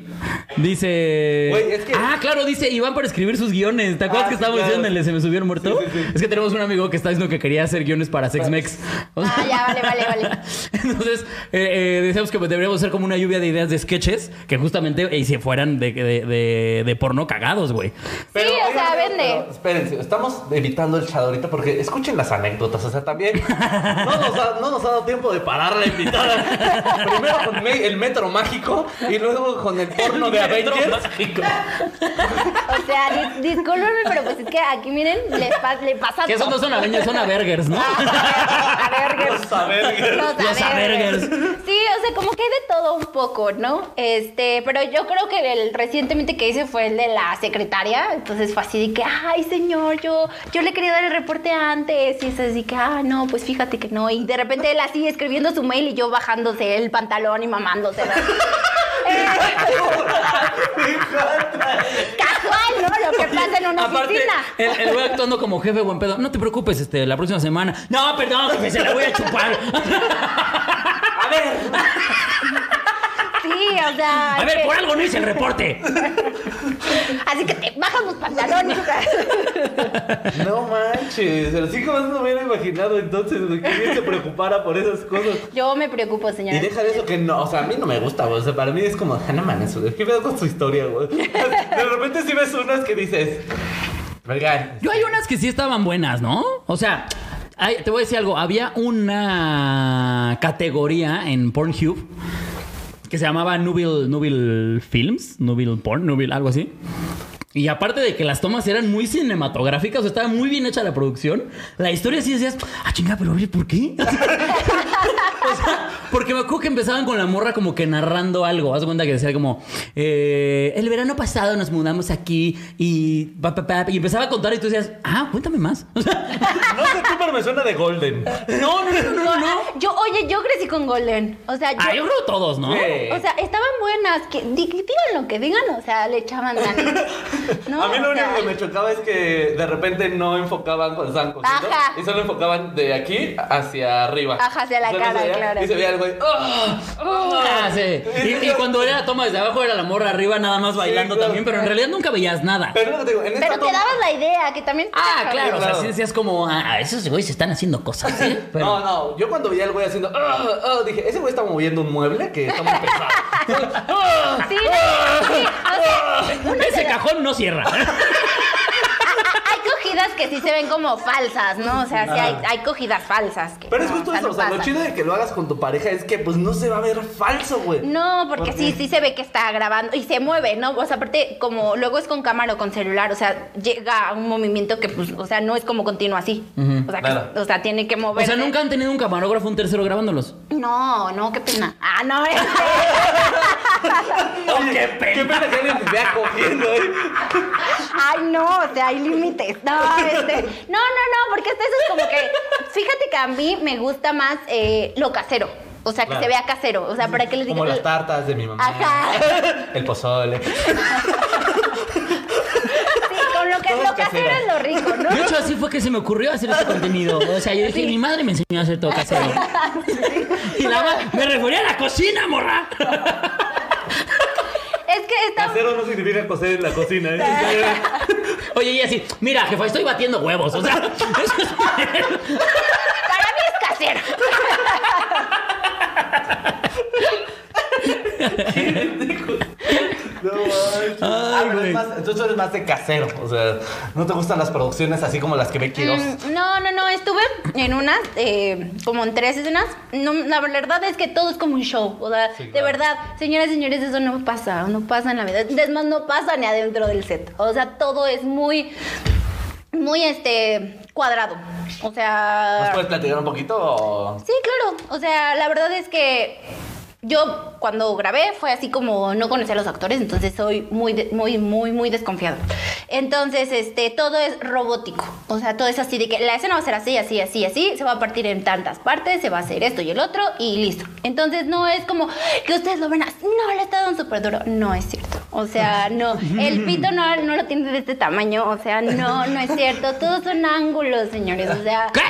S1: Dice,
S3: Güey, es que-
S1: ah, claro, dice Iván para escribir sus guiones. ¿Te acuerdas
S3: Ah,
S1: que
S3: sí,
S1: estábamos
S3: claro.
S1: diciendo en el se me subió el muerto?
S3: Sí, sí, sí.
S1: Es que tenemos un amigo que está diciendo que quería hacer guiones para Sex Mex. O sea-
S2: Ah, ya, vale, vale, vale.
S1: [laughs] entonces, eh, eh, decíamos que deberíamos ser como una lluvia de ideas de sketches que justamente eh, se fueran de, de- de- de porno cagados, güey.
S2: Sí, o
S3: oigan,
S2: sea,
S3: pero-
S2: vende.
S3: pero espérense, estamos evitando el chat ahorita porque escuchen las anécdotas. O sea, también no nos ha, no nos ha dado tiempo de parar la invitada. Primero con me- el metro mágico y luego con el porno de Avengers.
S2: O sea, dis- discúlpenme, pero pues es que aquí, miren, le, pa- le pasa
S1: Que esos no
S2: todo.
S1: son
S3: [laughs]
S2: [laughs]
S1: Avengers, son Avergers, ¿no?
S2: Ah, a ver, a ver,
S3: Los Avengers.
S2: Los
S1: Los Avengers.
S2: Avengers. Sí, o sea, como que hay de todo un poco, ¿no? Este, pero yo creo que el recientemente que hice fue el de la secretaria, entonces fue así de que, ay, señor, yo, yo le quería dar el reporte antes, y es así que, ah, no, pues fíjate que no, y de repente él así escribiendo su mail y yo bajándose el pantalón y
S1: [laughs]
S2: mamándose. Casual, ¿no? Lo que pasa en una
S1: Aparte,
S2: oficina.
S1: el, el güey actuando como jefe buen pedo. No te preocupes, este, la próxima semana. No, perdón, jefe, se la voy a chupar.
S5: A ver,
S2: Sí, o sea.
S1: A ver,
S2: que-
S1: por algo no hice el reporte.
S2: Así que te bajas los pantalones.
S3: No manches, así como no me hubiera imaginado entonces de que alguien se preocupara por esas cosas.
S2: Yo me preocupo,
S3: Y
S2: señora.
S3: deja de eso que no, o sea, a mí no me gusta, güey. O sea, para mí es como, ah, no mames, güey, ¿qué pedo con su historia, güey? [laughs] De repente sí ves unas que dices, verga,
S1: Yo hay unas que sí estaban buenas, ¿no? O sea, hay- te voy a decir algo. Había una categoría en Pornhub que se llamaba Nubil, Nubil Films, Nubil Porn, Nubil algo así. Y aparte de que las tomas eran muy cinematográficas, o sea, estaba muy bien hecha la producción, la historia sí decías, ah, chinga, pero oye, ¿por qué? O sea, [laughs] porque me acuerdo que empezaban con la morra como que narrando algo. Haz de cuenta que decía como, eh, el verano pasado nos mudamos aquí y... pa, pa, pa", y empezaba a contar y tú decías, ah, cuéntame más. [laughs] O sea,
S3: no sé tú, pero me suena de Golden.
S1: no, no, no, no, [laughs] no, no.
S2: Ah, Yo, oye, yo crecí con Golden. O sea, yo.
S1: Ah, yo creo que todos, ¿no?
S3: Sí.
S2: O sea, estaban buenas. Que, di- digan lo que digan, o sea, le echaban
S3: [laughs]
S2: ganas. No,
S3: a mí lo
S2: o sea,
S3: único que me chocaba es que de repente no enfocaban cuando estaban cosiendo
S2: Ajá.
S3: y solo enfocaban de aquí hacia arriba.
S2: Ajá, hacia la
S3: Solo
S2: cara,
S3: se veía-
S2: claro.
S3: Y se veía el güey, ¡ah!
S1: Ah, sí. Y, y cuando era la toma desde abajo era la morra arriba nada más bailando
S3: claro.
S1: también, pero en realidad nunca veías nada.
S3: Pero es lo que te digo, en esta
S2: Pero te
S3: toma-
S2: dabas la idea, que también.
S1: Ah, claro, o sea,
S3: claro.
S1: sí decías como, ah, esos güeyes están haciendo cosas, ¿sí? Pero-
S3: No, no, yo cuando vi al güey haciendo, "Ah, ah", dije, ese güey está moviendo un mueble que está muy pesado.
S2: [laughs] Sí, no, sí, o sea,
S3: [laughs]
S1: [laughs] Ese cajón no [laughs] cierra.
S2: hay cogidas que sí se ven como falsas, ¿no? O sea, sí hay, hay cogidas falsas. que
S3: Ah. Pero es
S2: no,
S3: justo
S2: o sea,
S3: eso,
S2: no
S3: o sea, lo
S2: pasan.
S3: chido de que lo hagas con tu pareja es que pues no se va a ver falso, güey.
S2: No, porque
S3: ¿Por
S2: sí,
S3: qué?
S2: sí se ve que está grabando y se mueve, ¿no? O sea, aparte, como luego es con cámara o con celular, o sea, llega a un movimiento que, pues, o sea, no es como continuo así. o, sea, que-
S3: claro.
S2: o sea, tiene que
S1: O
S2: mover.
S1: sea, nunca han tenido un camarógrafo, un tercero grabándolos.
S2: No, no, qué pena. Ah, no, eh.
S3: Oye, qué pena. Qué pena que alguien te vea cogiendo, eh.
S2: Ay, no, o sea, hay límites. No, este, no, no, no, porque hasta eso es como que. Fíjate que a mí me gusta más eh, lo casero. O sea, que
S3: Claro.
S2: se vea casero. O sea, para que Ah. les diga.
S3: Como las tartas de mi mamá. [laughs]
S2: Ajá.
S3: El pozole.
S2: Sí, con lo que
S3: Todo
S2: lo casero
S3: casero.
S2: es lo rico, ¿no?
S1: De hecho, así fue que se me ocurrió hacer este contenido. O sea, yo dije, mi madre me enseñó a hacer todo casero. Y la ma- me refería a la cocina, morra.
S2: Es que está.
S3: Casero no significa coser en la cocina, ¿eh?
S1: Oye, y así, mira, jefa, estoy batiendo huevos. O sea, [laughs] eso es-
S2: Para mí es casero.
S3: No, manches. Ah, pero es más, entonces tú eres más de casero. O sea, no te gustan las producciones así como las que ve Quiroz.
S2: Mm, No, no, no, estuve en unas, eh, como en tres escenas. No, la verdad es que todo es como un show. O sea,
S3: Sí,
S2: de
S3: claro.
S2: verdad, señoras y señores, eso no pasa, no pasa en la vida. Es más, no pasa ni adentro del set. O sea, todo es muy, muy, este, cuadrado. O
S3: ¿Nos
S2: sea...
S3: puedes platicar un poquito?
S2: [laughs]
S3: o-
S2: Sí, claro. O sea, la verdad es que yo cuando grabé fue así como no conocía a los actores, entonces soy muy, de- muy, muy, muy desconfiado. Entonces, este, todo es robótico. O sea, todo es así de que la escena va a ser así, así, así, así, se va a partir en tantas partes, se va a hacer esto y el otro y listo. Entonces, no es como que ustedes lo ven así, no, le está dando súper duro. No es cierto. O sea, no, el pito no, no lo tiene de este tamaño. O sea, no, no es cierto. Todos son ángulos, señores. O sea...
S1: ¿Qué?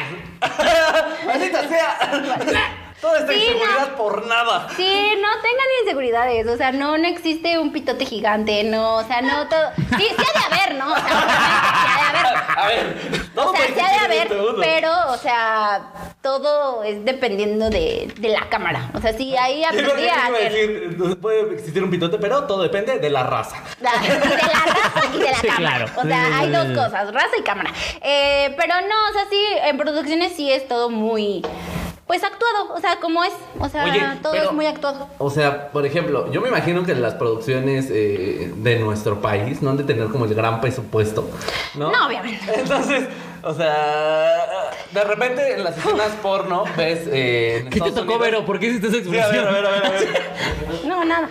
S3: ¡Maldita sea! [laughs] Toda esta
S2: Sí,
S3: inseguridad por nada.
S2: Sí, no tengan inseguridades, o sea, no, no existe un pitote gigante, no, o sea, no todo. Sí, sí ha de haber, ¿no? O sea, obviamente, sí ha de haber.
S3: A ver, no
S2: O sea,
S3: puede
S2: sí ha de
S3: existir
S2: haber,
S3: en este mundo.
S2: pero, o sea, todo es dependiendo de, de la cámara. O sea, sí, ahí
S3: Sí, porque
S2: aprendí
S3: iba
S2: a [laughs]
S3: a
S2: hacer.
S3: decir, no puede existir un pitote, pero todo depende de la raza.
S2: ah, De la raza y de la
S1: Sí,
S2: cámara.
S1: claro. Mm.
S2: O sea, hay dos cosas, raza y cámara. Eh, pero no, o sea, sí, en producciones sí es todo muy. Pues actuado, o sea, como es. O sea,
S3: Oye,
S2: todo
S3: pero-
S2: es muy actuado.
S3: O sea, por ejemplo, yo me imagino que las producciones eh, de nuestro país no han de tener como el gran presupuesto, ¿no?
S2: No, obviamente.
S3: Entonces, O sea, de repente en las
S1: [laughs]
S3: escenas porno ves. eh, en
S1: ¿Qué te
S3: Estados
S1: tocó,
S3: Unidos-
S1: Vero? ¿Por qué hiciste esa
S3: Sí, a ver,
S1: expresión?
S3: a
S1: [laughs]
S3: ver, a ver, a ver.
S2: No, nada.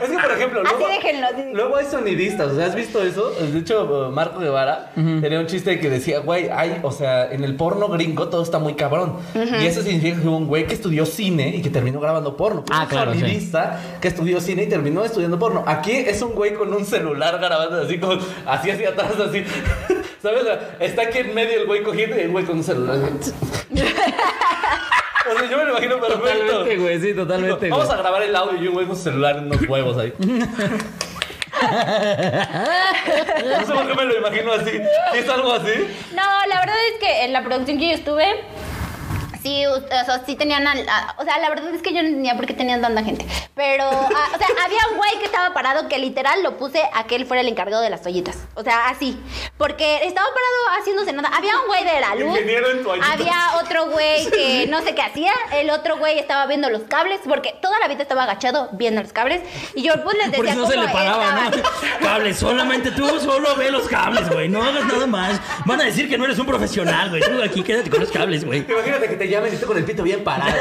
S3: Es que, por ejemplo,
S2: Así
S3: luego,
S2: déjenlo, así.
S3: luego hay sonidistas, o sea, ¿has visto eso? De hecho, Marco Guevara tenía un chiste que decía, güey, hay, o sea, en el porno gringo todo está muy cabrón. Y eso significa que hubo un güey que estudió cine y que terminó grabando porno. Pues
S1: Ah,
S3: un
S1: claro, sí.
S3: sonidista que estudió cine y terminó estudiando porno. Aquí es un güey con un celular grabando así, con, así hacia atrás, así. [laughs] ¿Sabes? O sea, Está aquí en medio el güey cogiendo y el güey con
S2: [laughs]
S3: un celular. O sea, yo me lo imagino perfecto.
S1: Totalmente, güey, sí, totalmente.
S3: Vamos
S1: güey.
S3: a grabar el audio y un güey con su celular en unos huevos
S2: [laughs]
S3: ahí. No sé por qué me lo imagino así. ¿Sí ¿Es algo así?
S2: No, la verdad es que en la producción que yo estuve, sí, o o sea, sí tenían. al- a- o sea, la verdad es que yo no entendía por qué tenían tanta gente. Pero, ah,
S1: [laughs]
S2: o sea, había un güey que estaba parado que literal lo puse a que él fuera el encargado de las toallitas. O sea, así. Porque estaba parado haciéndose nada. Había un güey de la luz.
S3: Ingeniero en toallitas.
S2: Había otro güey
S3: [laughs]
S2: que no sé qué hacía. El otro güey estaba viendo los cables porque toda la vida estaba agachado viendo los cables. Y yo pues les decía.
S1: Por eso no se
S2: cómo
S1: le pagaba,
S2: estaba.
S1: ¿no? Cables, solamente tú solo ve los cables, güey. No hagas nada más. Van a decir que no eres un profesional, güey. Tú aquí quédate con los cables, güey.
S3: Imagínate que te llamen y estés con el pito bien parado.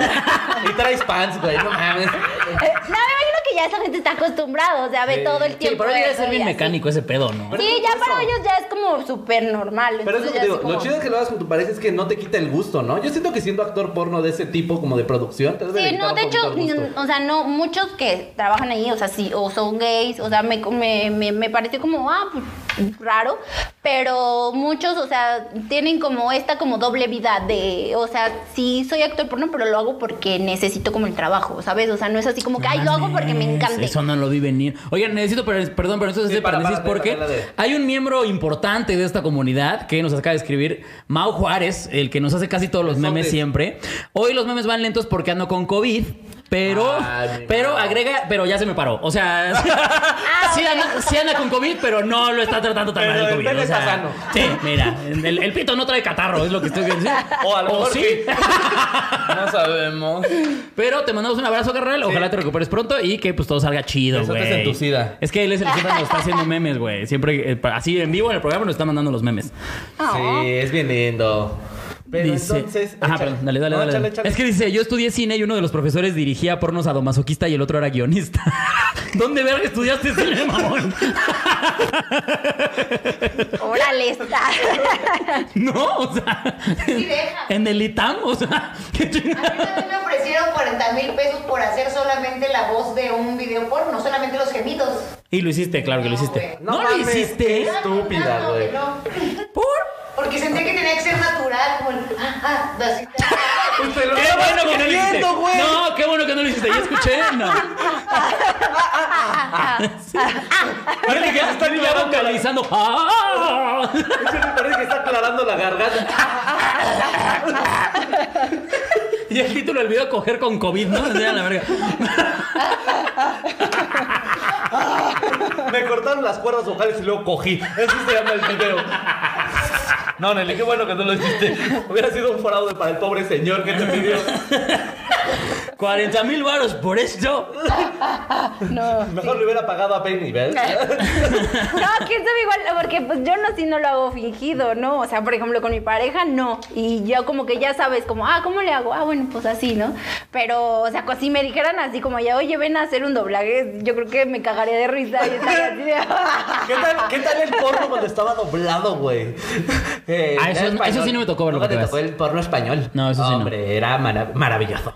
S3: Y traes pants, güey. No mames.
S2: Eh, No, me imagino que ya esa gente está acostumbrada, o sea, ve
S3: Sí.
S2: todo el
S1: Sí,
S2: tiempo.
S1: pero ahí debe
S2: eso
S1: ser
S2: y
S1: bien
S2: así.
S1: mecánico ese pedo, ¿no?
S2: Sí, ya para ellos ya es como súper normal.
S3: Pero
S2: entonces
S3: es lo que
S2: ya
S3: te digo,
S2: como-
S3: lo chido es que lo hagas con tu pareja es que no te quita el gusto, ¿no? Yo siento que siendo actor porno de ese tipo, como de producción, te has
S2: Sí, no, de hecho, [laughs] ni- o sea, no, muchos que trabajan ahí, o sea, sí, o son gays, o sea, me, me, me, me pareció como, ah, pues, raro, pero muchos, o sea, tienen como esta como doble vida de, o sea, sí soy actor porno, pero lo hago porque necesito como el trabajo, ¿sabes? O sea, no es así como que, ay, lo hago porque me
S1: Mames,
S2: encanta.
S1: Eso no lo vi venir. Oigan, necesito, per- perdón, pero necesito
S3: Sí,
S1: hacer
S3: para,
S1: paréntesis
S3: para,
S1: porque
S3: para, para, para.
S1: hay un miembro importante de esta comunidad que nos acaba de escribir, Mau Juárez, el que nos hace casi todos los memes
S3: Besotes.
S1: siempre. Hoy los memes van lentos porque ando con COVID. Pero,
S3: Ay, mi
S1: pero
S3: Mau.
S1: agrega, pero ya se me paró. O
S2: [laughs]
S1: sea, [laughs] sí,
S2: Ah, ok.
S1: anda, sí anda con COVID, pero no lo está tratando tan
S3: Pero
S1: mal el
S3: el
S1: COVID.
S3: pene
S1: o sea,
S3: está sano.
S1: Sí, mira, el, el pito no trae catarro, es lo que estoy diciendo.
S3: [laughs] O a lo mejor
S1: sí.
S3: sí.
S1: [laughs]
S3: No sabemos.
S1: Pero te mandamos un abrazo, carnal. Ojalá te recuperes pronto y que pues todo salga chido,
S3: Besotes
S1: güey.
S3: en tu sida.
S1: Es que él es el que siempre nos está haciendo memes, güey. Siempre eh, pa- así en vivo en el programa nos está mandando los memes.
S2: Ah.
S3: Sí, es bien lindo. Pero
S1: dice,
S3: entonces.
S1: Ajá,
S3: échale.
S1: perdón, dale, dale,
S3: No,
S1: dale.
S3: échale,
S1: dale.
S3: échale.
S1: Es que dice, yo estudié cine y uno de los profesores dirigía pornos sadomasoquista y el otro era guionista. [laughs] ¿Dónde verga estudiaste cine, mamón? [laughs]
S2: Órale, está. [laughs]
S1: no, o sea,
S4: Sí, deja.
S1: en el ITAM, o sea, [laughs] qué
S4: A mí
S1: chingada.
S4: también me ofrecieron 40 mil pesos por hacer solamente la voz de un video porno, solamente los gemidos.
S1: Y lo hiciste, claro que lo
S4: No,
S1: hiciste.
S4: güey.
S1: No,
S3: No
S1: lo
S3: mames.
S1: hiciste.
S3: Estúpida,
S4: No,
S3: güey.
S4: no,
S1: ¿Por?
S4: Porque sentía que tenía que ser natural, como el, ah, ah, así.
S3: Te lo
S1: Qué
S3: estabas
S1: bueno que no lo hiciste.
S3: comiendo, güey.
S1: No, qué bueno que no lo hiciste. Yo escuché, no. Parece que está
S3: Está
S1: claro
S3: clavando la-
S1: vocalizando. ¡Ah!
S3: Parece que está aclarando la garganta.
S1: Y el título del video coger con COVID, ¿no? O sea, la verga.
S3: Me cortaron las cuerdas vocales y luego cogí. Eso se llama el video. No, Nelly, qué bueno que no lo hiciste. Hubiera sido un fraude para el pobre señor que te pidió.
S1: 40 mil varos por esto.
S2: No.
S3: Mejor le hubiera pagado a Penny, ¿ves?
S2: No, quién sabe igual, porque pues yo no sí no lo hago fingido, ¿no? O sea, por ejemplo, con mi pareja no. Y yo como que ya sabes, como, ah, ¿cómo le hago? Ah, bueno, pues así, ¿no? Pero, o sea, si me dijeran así como ya, oye, ven a hacer un doblaje, yo creo que me cagaría de risa y estaría así de, [laughs]
S3: ¿Qué tal, qué tal el porno cuando estaba doblado, güey? Eh,
S1: Ah, eso-
S3: era español.
S1: eso sí no me tocó verlo,
S3: Nunca
S1: que
S3: te
S1: veas.
S3: tocó el porno español?
S1: No, eso sí no.
S3: Hombre, era mara-
S1: [laughs]
S3: maravilloso.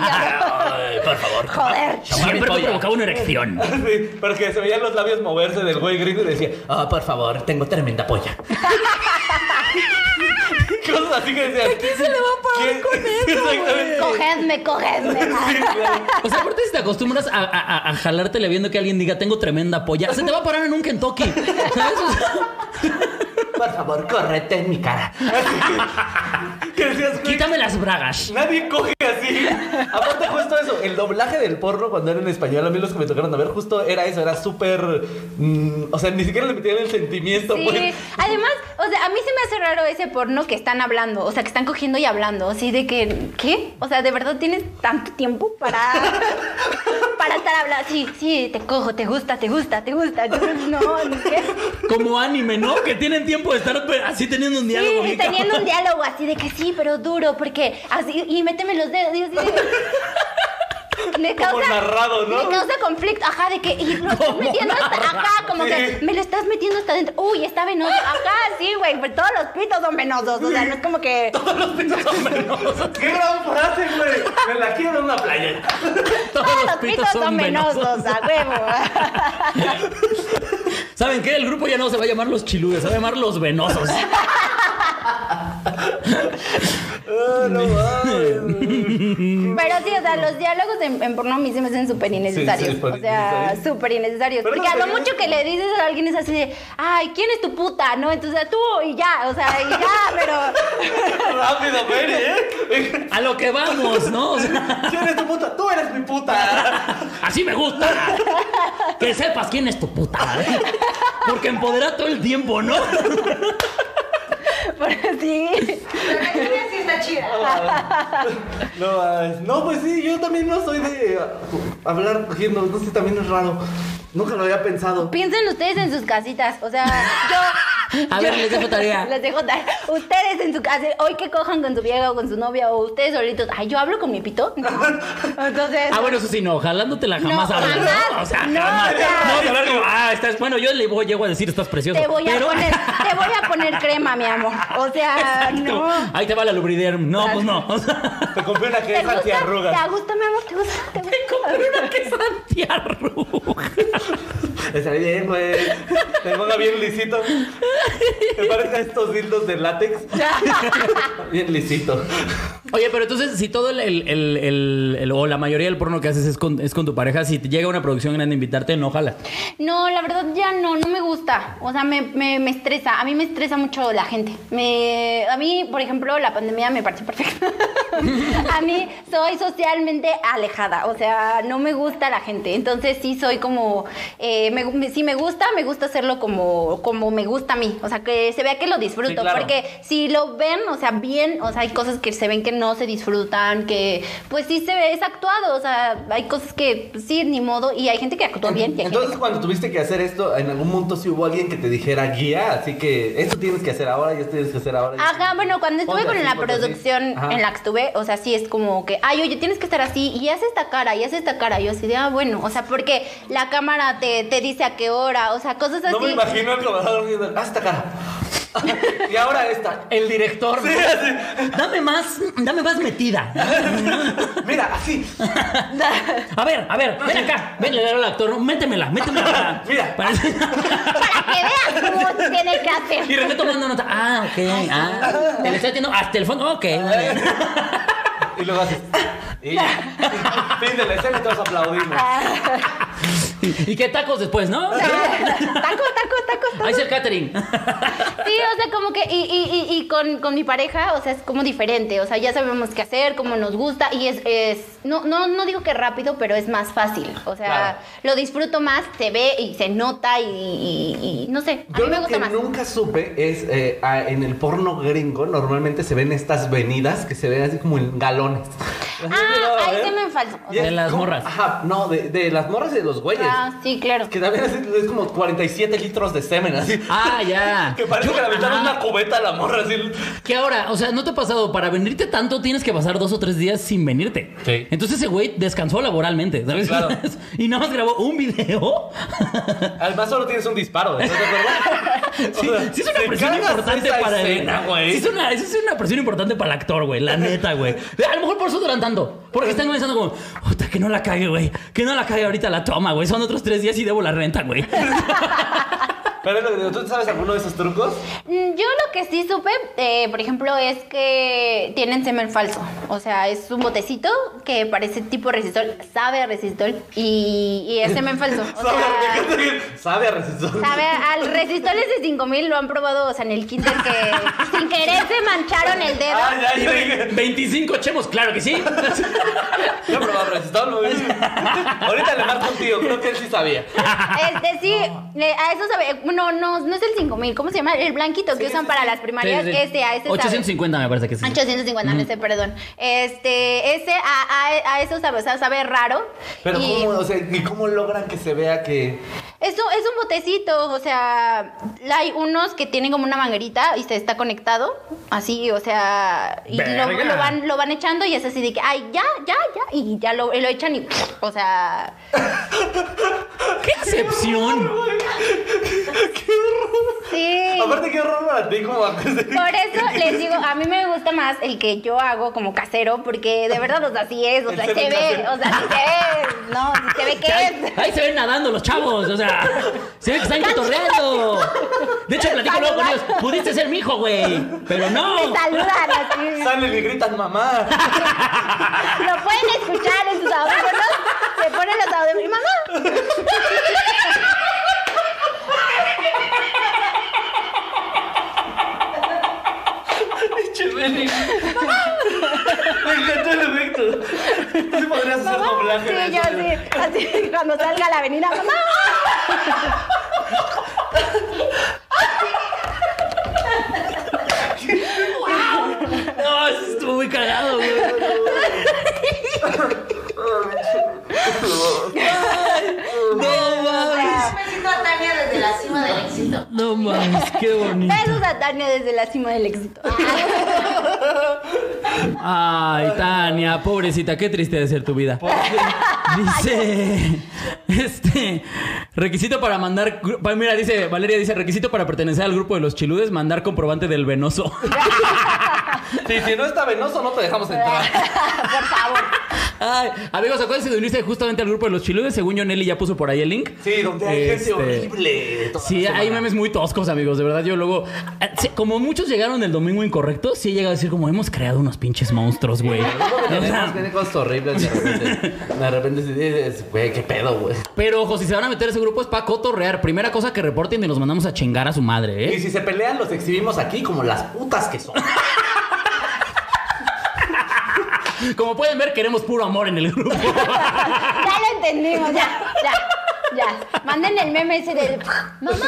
S3: Ay, por favor.
S2: joder.
S1: Siempre me provocaba una erección.
S3: Sí, porque se veían los labios moverse del güey gringo y decía, ah, por favor, tengo
S1: [laughs]
S3: tremenda polla. Cosas así que decían.
S1: ¿Qué se le va a pagar con eso, güey?
S3: [laughs] Exactamente.
S2: Cogedme, cogedme.
S1: O sea, aparte si te acostumbras a, a, a- a jalártele viendo que alguien diga tengo tremenda polla, se te va a parar en un Kentucky. [laughs] ¿Sabes? O sea,
S3: Por favor, córrete en mi cara. ¿Qué decías, güey?
S1: Quítame las bragas.
S3: Nadie coge así, Sí. Aparte, justo eso, el doblaje del porno cuando era en español, a mí los que me tocaron a ver, justo era eso, era súper. mm, o sea, ni siquiera le metían el sentimiento,
S2: Sí,
S3: pues.
S2: además, o sea, a mí se me hace raro ese porno que están hablando, o sea, que están cogiendo y hablando, así de que, ¿qué? O sea, ¿de verdad tienes tanto tiempo para, para estar hablando? Sí, sí, te cojo, te gusta, te gusta, te gusta, entonces, no, ¿qué?
S1: Como anime, ¿no? Que tienen tiempo de estar pues, así teniendo un diálogo.
S2: Sí,
S1: bien
S2: teniendo
S1: cabrón.
S2: un diálogo así de que sí, pero duro, porque así, y méteme los dedos, y así de- Me
S3: Como narrado, ¿no?
S2: Me causa conflicto, ajá, de que y lo estás metiendo hasta acá, como que me lo estás metiendo hasta adentro. Uy, está venoso. Ajá, sí, güey, pues todos los pitos son venosos, o sea, no es como que...
S1: [laughs]
S3: ¡Qué gran frase, güey! Me la quiero en una playa.
S2: Todos los pitos son venosos, a huevo.
S1: ¿Saben qué? El grupo ya no se va a llamar los chiludes, se va a llamar los venosos.
S3: Ah, no mames.
S2: Pero sí, o sea, los diálogos en, en porno a mí se me hacen súper innecesarios.
S3: Sí, súper
S2: o sea,
S3: innecesarios.
S2: súper innecesarios.
S3: Pero
S2: Porque a lo
S3: deberían-
S2: mucho que le dices a alguien es así de, ay, ¿quién es tu puta? ¿No? Entonces tú y ya, o sea, y ya, [laughs] pero.
S3: Rápido, Mary, [laughs] ¿eh?
S1: A lo que vamos, ¿no? O sea,
S3: ¿Quién es tu puta? ¡Tú eres mi puta!
S1: así me gusta. Que sepas quién es tu puta. Porque empodera todo el tiempo, ¿no?
S2: Pero sí.
S4: Pero la línea sí está chida.
S3: No, mames. no, pues sí, yo también no soy de eh, hablar cogiendo, no sé, también es raro. Nunca lo había pensado.
S2: Piensen ustedes en sus casitas. O sea, yo.
S1: A ver, les dejo tarea.
S2: [laughs] Les dejo tarea. Ustedes en su casa, hoy que cojan con su vieja o con su novia o ustedes solitos. Ay, yo hablo con mi pito. [laughs] No. Entonces.
S1: Ah, bueno, eso sí, no, jalándotela jamás
S2: No,
S1: hablo.
S2: jamás.
S1: O sea,
S2: No,
S1: jamás.
S2: o sea-
S1: No, de verdad, como, ah, estás. Bueno, yo le voy, llego a decir, estás precioso.
S2: Te voy, a
S1: pero-
S2: poner, te voy a poner crema, mi amor. O
S1: [laughs]
S2: sea,
S1: Exacto.
S2: no.
S1: Ahí te va la lubriderm. No, pues no. O sea,
S3: Te confío en la que
S2: ¿Te
S3: es
S2: gusta?
S3: antiarrugas.
S2: ¿Te gusta, mi amor? ¿Te gusta? ¿Te gusta?
S1: una que es antiarruga.
S3: Está bien, güey. Te ponga bien lisito. Me parecen estos dildos de látex.
S2: [laughs]
S3: Bien lisito.
S1: Oye, pero entonces, si todo el, el- el- el- el- o la mayoría del porno que haces es con, es con tu pareja, si te llega una producción grande a invitarte, no jala.
S2: No, la verdad ya no, no me gusta. O sea, me, me- me estresa. A mí me estresa mucho la gente. Me, a mí, por ejemplo, la pandemia me pareció perfecta. [laughs] a mí soy socialmente alejada. O sea, no me gusta la gente. Entonces sí soy como... eh, me- me- si me gusta, me gusta hacerlo como, como me gusta a mí. O sea, que se vea que lo disfruto.
S1: Sí, claro.
S2: Porque si lo ven, o sea, bien, o sea, hay cosas que se ven que no se disfrutan, que pues sí se ve, es actuado, o sea, hay cosas que pues, sí, ni modo, y hay gente que actúa bien. Y hay gente
S3: Entonces, cuando tuviste que hacer esto, en algún momento sí hubo alguien que te dijera guía, así que esto tienes que hacer ahora y esto tienes que hacer ahora. y
S2: Ajá,
S3: esto-
S2: bueno, cuando estuve
S3: Ponte
S2: con
S3: así,
S2: la
S3: ponte así.
S2: producción
S3: Ajá.
S2: en la que estuve, o sea, sí es como que, ay, oye, tienes que estar así, y haz esta cara, y haz esta cara, y yo así de, ah, bueno, o sea, porque la cámara te, te dice a qué hora, o sea, cosas así.
S3: No me imagino al trabajador diciendo, haz esta cara. [laughs] y ahora esta.
S1: El director. ¿no? Dame más, dame más metida.
S3: Mira, así.
S1: A ver, a ver, ven acá. Ven, le al actor, ¿no? métemela, métemela. para-
S3: Mira.
S1: para-
S2: Para que veas cómo se tiene que
S1: [laughs] Y
S2: hacer.
S1: René tomando nota. Ah, ok. Ah, te le estoy haciendo hasta el fondo. Ok, muy bien.
S3: Y luego haces. Y fin de la escena y todos aplaudimos.
S1: ¿Y qué tacos después, no?
S2: Taco, taco, taco, taco.
S1: Ahí es el catering. [laughs]
S2: Sí, o sea, como que, y, y, y, y con, con mi pareja, o sea, es como diferente, o sea, ya sabemos qué hacer, cómo nos gusta, y es, es no, no, no digo que rápido, pero es más fácil, o sea,
S3: Claro.
S2: lo disfruto más, se ve y se nota y, y- y no sé, a
S3: Yo
S2: mí me
S3: lo
S2: gusta
S3: que
S2: más.
S3: nunca supe es eh, a- en el porno gringo normalmente se ven estas venidas que se ven así como en galones. [laughs]
S2: Ah, ahí se me enfaltó.
S3: Y es
S1: De las
S3: como-
S1: morras.
S3: Ajá, no, de, de las morras y de los güeyes.
S2: Ah, sí, claro.
S3: Que también es, es como 47 litros de semen así.
S1: Ah, ya.
S3: Que parece que la aventaron
S1: Ajá.
S3: una cubeta a la morra así.
S1: Que ahora, o sea, ¿no te ha pasado? Para venirte tanto tienes que pasar dos o tres días sin venirte.
S3: Sí.
S1: Entonces ese güey descansó laboralmente, ¿sabes?
S3: Sí, claro.
S1: [laughs] y nada más grabó un video. [laughs]
S3: Además solo tienes un disparo, ¿estás
S2: [laughs]
S3: de acuerdo?
S1: Sí,
S3: O sea,
S1: sí es una
S3: te
S1: presión
S3: cargas
S1: importante
S3: esa
S1: para
S3: escena,
S1: el.
S3: güey.
S1: Sí es, una, sí es una presión importante para el actor, güey. La neta, güey. A lo mejor por eso duran tanto. Porque están pensando como, puta, que no la [laughs] cague, güey. Que no la cague ahorita la toma, güey. Son otros tres días y debo la renta, güey.
S3: Pero es lo que digo, ¿tú sabes alguno de esos trucos?
S2: Mm, Yo lo que sí supe, eh, por ejemplo, es que tienen semen falso. O sea, es un botecito que parece tipo resistol, sabe a resistol y, y es semen falso. O
S3: sabe,
S2: sea,
S3: me encanta que- sabe a resistor. [laughs]
S2: sabe a- al resistol es de 5000, lo han probado, o sea, en el kinder que
S3: [laughs]
S2: sin querer se mancharon el dedo.
S3: Ay, ay, ay.
S1: 25 chemos, claro que sí.
S3: Yo he probado resistor, muy bien.
S2: [laughs]
S3: Ahorita le marco un tío, creo que él sí sabía.
S2: Este sí, le- a eso sabe. No, no, no es el 5000, ¿cómo se llama? El blanquito que usan para las primarias.
S1: Sí, sí.
S2: Este, a ese sabe.
S1: 850 me parece que sí.
S2: 850, no sé, perdón. Este, ese, a, a- a eso sabe, o sea, sabe raro.
S3: Pero
S2: y
S3: cómo, o sea, ¿y cómo logran que se vea que
S2: Eso es un botecito, o sea, hay unos que tienen como una manguerita y se está conectado, así, o sea, y lo,
S1: Verga.
S2: lo van, lo van echando y es así de que, ay, ya, ya, ya, y ya lo, y lo echan y, o sea,
S1: ¡Qué excepción!
S2: sí.
S3: Aparte, qué horror para ti, como
S2: Por eso les digo, a mí me gusta más el que yo hago como casero, porque de verdad, o sea, así es, o
S3: El
S2: sea, se
S3: semen
S2: ve,
S3: casero.
S2: o sea, sí se ve, no, sí se ve que es.
S1: Ahí se ven nadando los chavos, o sea, se ven que están cotorreando. De hecho, platico luego con ellos. Pudiste ser mi hijo, güey, pero no.
S2: Saludan así.
S3: salen y gritan mamá.
S2: [laughs] Lo pueden escuchar en sus audífonos. Se ponen los audífonos. ¡Y mamá!
S3: Me encantó el efecto. Sí podrías hacer
S2: ¡Mamá!
S3: doblaje.
S2: Sí,
S3: de
S2: yo
S3: eso.
S2: sí. Así cuando salga a la avenida, ¡mamá!
S1: No, eso estuvo muy cagado, güey. No mames,
S4: Un besito a Tania desde la cima del éxito.
S1: no mames, qué bonito.
S2: Besos a Tania desde la cima del éxito.
S1: Ay, Tania, pobrecita, qué triste de ser tu vida. [laughs]
S3: [laughs]
S1: Dice, este, requisito para mandar, gru- pa- mira, dice, Valeria dice, requisito para pertenecer al grupo de los chiludes, mandar comprobante del venoso. [laughs]
S3: Sí, si no está venoso, no te dejamos entrar.
S2: Por favor.
S1: Ay, amigos, acuérdense de unirse justamente al grupo de los chiludes, según yo, Nelly ya puso por ahí el link.
S3: Sí, donde hay
S1: Este,
S3: gente horrible. toda
S1: Sí,
S3: la
S1: hay
S3: semana.
S1: memes muy toscos, amigos. De verdad, yo luego. eh, sí, Como muchos llegaron el domingo incorrecto, sí he llegado a decir, como hemos creado unos pinches monstruos, güey.
S3: Luego
S1: [laughs] O
S3: tenemos-
S1: sea,
S3: Tiene pues, cosas horribles de repente. De repente sí dices, güey, qué pedo, güey.
S1: Pero ojo, si se van a meter a ese grupo es para cotorrear. Primera cosa que reporten y los mandamos a chingar a su madre,
S3: Y
S1: ¿eh?
S3: si se pelean, los exhibimos aquí como las putas que son.
S1: Como pueden ver, queremos puro amor en el grupo.
S3: [laughs]
S2: Ah, Ya lo entendimos, ya, ya. Ya, manden el meme ese de mamá.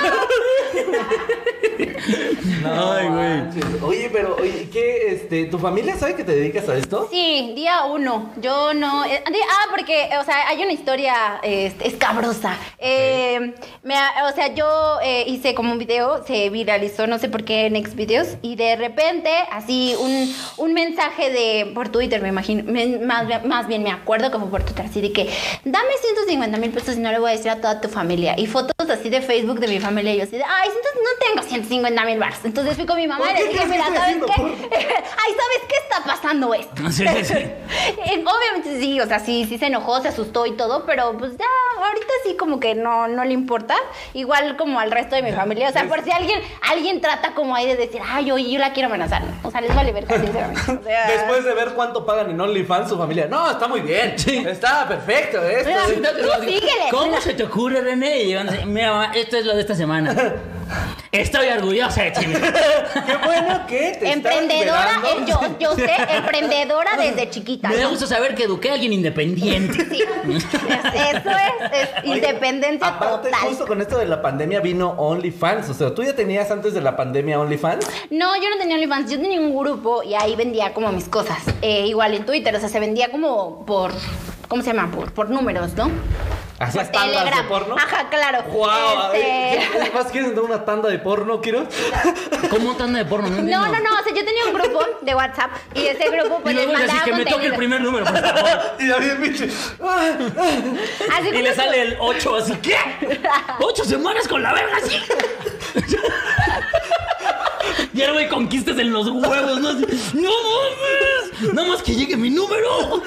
S1: Ay, güey.
S3: manches. Oye, pero, oye, ¿qué, este, tu familia sabe que te dedicas a esto?
S2: Sí, día uno. Yo no. eh, di- ah, porque, eh, o sea, hay una historia este, escabrosa. Eh, me ha- o sea, yo eh, hice como un video, se viralizó, no sé por qué en Xvideos, y de repente, así, un, un mensaje de por Twitter, me imagino. me- más, bien- más bien me acuerdo que fue por Twitter, así de que, dame 150 mil pesos y no le voy a decir a toda tu familia. Y fotos así de Facebook de mi familia, y yo así de, ay, entonces no tengo 150 mil bars. Entonces fui con mi mamá
S3: ¿Por
S2: y le
S3: qué
S2: dije,
S3: crees que
S2: mira,
S3: estoy
S2: ¿sabes
S3: haciendo?
S2: qué?
S3: ¿Por qué?
S2: [laughs] ay, ¿sabes qué está pasando esto? [laughs]
S1: Sí, sí, sí.
S2: Eh, Obviamente sí, o sea, sí, sí se enojó, se asustó y todo, pero pues ya, ahorita sí como que no, no le importa. Igual como al resto de mi familia. O sea, por si alguien, alguien trata como ahí de decir, ay, oye, yo la quiero amenazar. O sea, les vale verga, sinceramente. O sea,
S3: Después de ver cuánto pagan en OnlyFans, su familia. No, está muy bien.
S1: Sí.
S3: Está perfecto esto. ¿eh?
S2: Mira,
S3: Sí.
S2: tú síguele.
S1: ¿Cómo se te ocurre, René? Y llegan así, mira, mamá, esto es lo de esta semana. Estoy orgullosa de ti.
S3: Qué bueno que te
S2: emprendedora,
S3: estás
S2: eh,
S3: liberando.
S2: yo, yo
S3: [laughs]
S2: sé, emprendedora desde chiquita.
S1: Me da
S2: ¿no?
S1: gusto saber que eduqué a alguien independiente.
S2: Sí, [laughs] es- eso es, es
S3: Oye,
S2: independencia
S3: aparte,
S2: total.
S3: justo con esto de la pandemia vino OnlyFans. O sea, ¿tú ya tenías antes de la pandemia OnlyFans?
S2: No, yo no tenía OnlyFans, yo tenía un grupo y ahí vendía como mis cosas. Eh, igual en Twitter, o sea, se vendía como por, ¿cómo se llama? Por, por números, ¿no?
S3: ¿Hacías tandas de porno?
S2: Ajá, claro.
S3: ¡Guau!
S1: [laughs]
S2: Este,
S3: Este... ¿Más quieres entrar una tanda de
S2: [laughs]
S3: porno, Kiro?
S1: ¿Cómo tan de porno?
S2: No,
S1: entiendo.
S2: no, no, o sea, yo tenía un grupo de WhatsApp y ese grupo
S1: Y
S2: pues les
S1: luego así
S2: mandaba
S1: que me toque el
S2: contenido.
S1: primer número, por favor.
S3: [laughs] y David pinche. ¡ah!
S2: [laughs] Así
S1: Y
S2: como
S1: le
S2: que-
S1: sale el 8 así, ¿qué? ¿8 semanas con la verga [laughs] así? Y ahora, güey, conquistas en los huevos, ¿no? Así, ¡No mames! ¡Nada más que llegue mi número!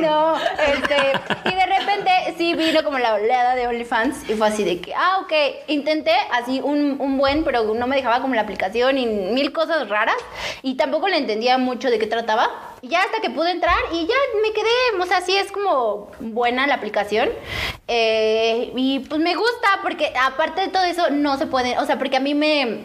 S2: No, así no. Este, y de repente sí vino como la oleada de OnlyFans y fue así de que, ah, ok, intenté así un, un buen, pero no me dejaba como la aplicación y mil cosas raras y tampoco le entendía mucho de qué trataba. Y ya hasta que pude entrar y ya me quedé, o sea, sí es como buena la aplicación. Eh, y pues me gusta porque aparte de todo eso no se puede, o sea, porque a mí me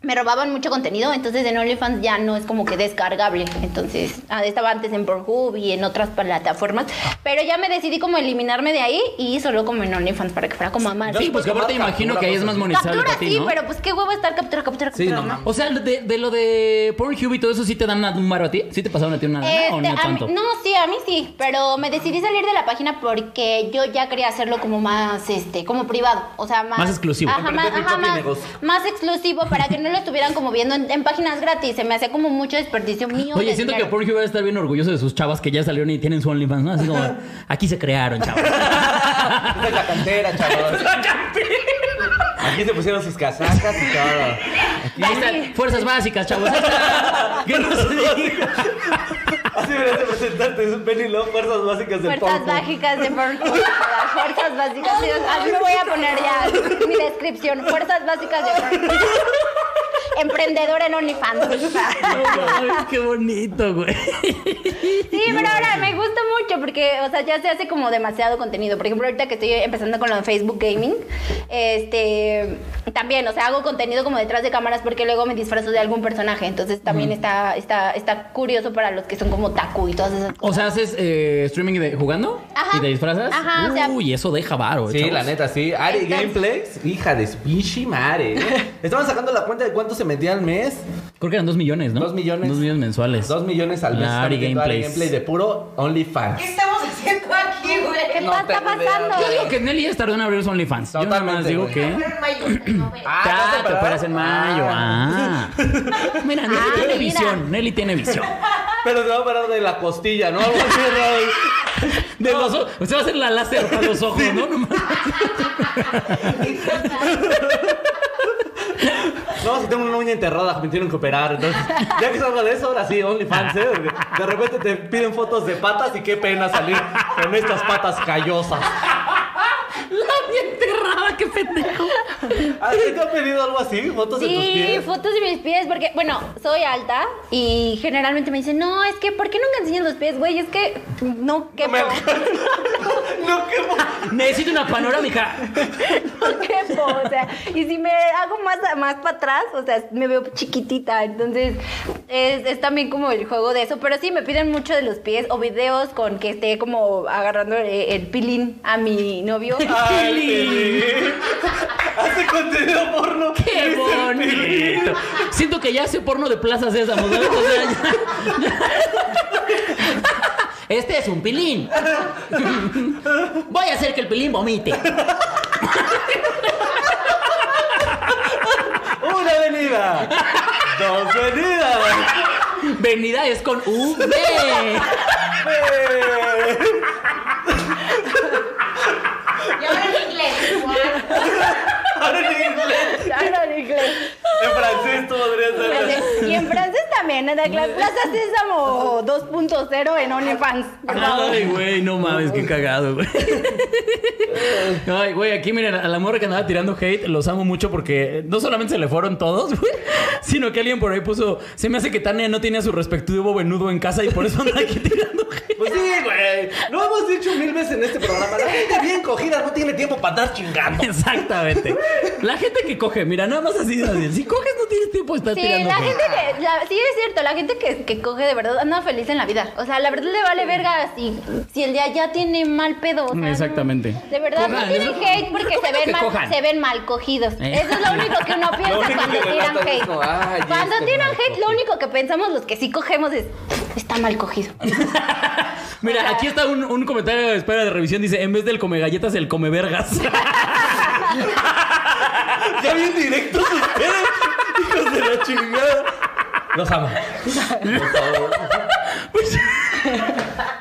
S2: me robaban mucho contenido, entonces en OnlyFans ya no es como que descargable. Entonces, ah, estaba antes en Pornhub y en otras plataformas, pero ya me decidí como eliminarme de ahí y solo como en OnlyFans para que fuera como a más.
S1: Sí, porque aparte
S3: Captura,
S1: imagino que ahí es más monetizable
S2: captura
S1: para ti,
S2: sí,
S1: ¿no?
S2: pero pues qué huevo estar captura, captura,
S3: Sí,
S2: captura.
S3: no mames.
S1: O sea, de, de lo de Pornhub y todo eso, ¿sí te dan un baro a ti? ¿Sí te pasaron a ti una lana o no
S2: Este, a mí-
S1: tanto?
S2: no, sí, a mí sí, pero me decidí salir de la página porque yo ya quería hacerlo como más, este, como privado, o sea, más,
S1: Más exclusivo.
S2: Ajá, más,
S3: Emprender mi
S2: ajá,
S3: propio
S2: más-
S3: negocio.
S2: más exclusivo para que no lo estuvieran como viendo en, en páginas gratis. Se me hacía como mucho desperdicio mío.
S1: Oye,
S2: de
S1: siento que
S2: dinero.
S1: Pornhub va a estar bien orgulloso de sus chavas que ya salieron y tienen su OnlyFans, ¿no? Así
S2: [laughs]
S1: como, aquí se crearon, chavas.
S3: Esta es la cantera, chavos. Aquí se pusieron sus casacas y todo.
S1: Ahí están, fuerzas básicas,
S2: [laughs]
S1: chavos. Ahí está. Que no se diga.
S3: Así deberías de presentarte, es un pelilón, fuerzas básicas del
S2: Fuerzas
S3: Pornhub.
S2: básicas de Pornhub. Las fuerzas básicas. de- Así lo voy a poner ya mi descripción. Fuerzas básicas de Pornhub. Emprendedora en OnlyFans.
S1: Ay, qué bonito, güey.
S2: Sí, pero ahora me gusta mucho porque, o sea, ya se hace como demasiado contenido. Por ejemplo, ahorita que estoy empezando con lo de Facebook Gaming, este, también, o sea, hago contenido como detrás de cámaras porque luego me disfrazo de algún personaje. Entonces también está, está, está curioso para los que son como taku y todas esas
S1: O sea, haces eh, streaming de jugando
S2: Ajá.
S1: y te disfrazas.
S2: Ajá, o sea-
S1: Uy, eso deja varo,
S3: Sí,
S1: chavos.
S3: la neta, sí. Ari
S2: Entonces-
S3: Gameplays, hija de su pinche madre. ¿eh? Estaban sacando la cuenta de cuánto se metía al mes.
S1: Creo que eran dos millones, ¿no?
S3: Dos millones.
S1: Dos millones mensuales.
S3: Dos millones al mes.
S1: La
S3: está
S1: Ari
S3: metiendo
S1: Gameplays.
S3: Gameplay de puro OnlyFans.
S4: ¿Qué estamos haciendo aquí,
S2: ¿Qué
S4: güey?
S3: No
S2: está
S3: tengo idea.
S2: pasando?
S1: Yo digo que Nelly ya tardó en abrir su OnlyFans. Yo nada más
S3: Totalmente,
S1: digo
S3: güey.
S1: que.
S3: Ah, ¿no
S1: Ah,
S3: se
S1: te operas en mayo. Ah. Mira, Nelly
S2: Ah,
S1: tiene
S2: mira.
S1: visión. Nelly tiene visión.
S3: Pero te va a operar de la
S2: [laughs]
S3: costilla, ¿no? Algo así, Raúl.
S1: De los ojos. Usted va a hacer la láser para los ojos,
S3: [laughs]
S1: ¿no? No mames.
S3: No, si tengo una uña enterrada, me tienen que operar. Entonces, ya que salgo de eso, ahora sí, OnlyFans, ¿eh? De repente te piden fotos de patas y qué pena salir con estas patas callosas.
S1: La bien enterrada, qué pendejo.
S3: ¿A ti te han pedido algo así? ¿Fotos de tus
S2: Sí,
S3: pies?
S2: fotos de mis pies, porque, bueno, soy alta y generalmente me dicen, no, es que, ¿por qué nunca enseñas los pies, güey? Es que [laughs] no quepo.
S3: me alcanza. No, qué mo-
S1: Necesito una panorámica.
S2: No quepo, o sea, y si me hago más, más para atrás, o sea, me veo chiquitita. Entonces, es, es también como el juego de eso. Pero sí, me piden mucho de los pies o videos con que esté como agarrando el, el pilín a mi novio.
S3: [laughs] Ay, Pili. Hace contenido porno.
S1: Qué
S3: Dice Pili.
S1: bonito. Siento que ya hace porno de plazas esas, ¿sabes? O sea, ya- Este es un pilín. Voy a hacer que el pilín vomite.
S3: Una avenida. Dos venidas.
S1: Venida es con V.
S3: Ve.
S4: Y ahora en inglés. guau.
S3: Ahora en inglés.
S2: Claro, en inglés.
S3: En francés tú podrías ser.
S2: Y en francés también, ¿no? La Plaza Sésamo 2.0 en OnlyFans. por favor.
S1: Ay, güey, no mames, qué cagado,
S2: [laughs]
S1: güey. Ay, güey, aquí miren, a la morra que andaba tirando hate, los amo mucho porque no solamente se le fueron todos, güey, sino que alguien por ahí puso, se me hace que Tania no tiene a su respectivo venudo en casa y por eso anda aquí tirando hate. [laughs]
S3: Pues sí, güey. Lo hemos dicho mil veces en este programa. La gente bien cogida no tiene tiempo para andar chingando.
S1: Exactamente. La gente que coge, mira, nada más así, así, si coges no tienes tiempo de estar
S2: Sí,
S1: tirando
S2: la
S1: hate.
S2: gente que, la- sí es cierto, la gente que, que coge de verdad anda feliz en la vida. O sea, la verdad le vale verga si, si el de allá tiene mal pedo. o sea, no.
S1: Mm, Exactamente.
S2: de verdad,
S1: Cojan,
S2: no tienen
S1: eso-
S2: hate porque se ven,
S1: que
S2: mal,
S1: cojan.
S2: se ven mal cogidos.
S1: Eh.
S2: Eso es lo único que uno
S3: [laughs] Lo
S2: piensa
S3: único
S2: cuando
S3: que le
S2: tiran
S3: mata es
S2: hate.
S3: como, "Ay,
S2: cuando
S3: este
S2: tiran
S3: mal
S2: hate, lo único que pensamos los que sí cogemos es, está mal cogido.
S1: Mira, aquí está un, un comentario de espera de revisión, dice, en vez del come galletas, el come vergas.
S3: [laughs]
S1: [laughs]
S3: Ya bien directos ustedes. Hijos de la chingada. Los amo. Por favor.
S1: Pues,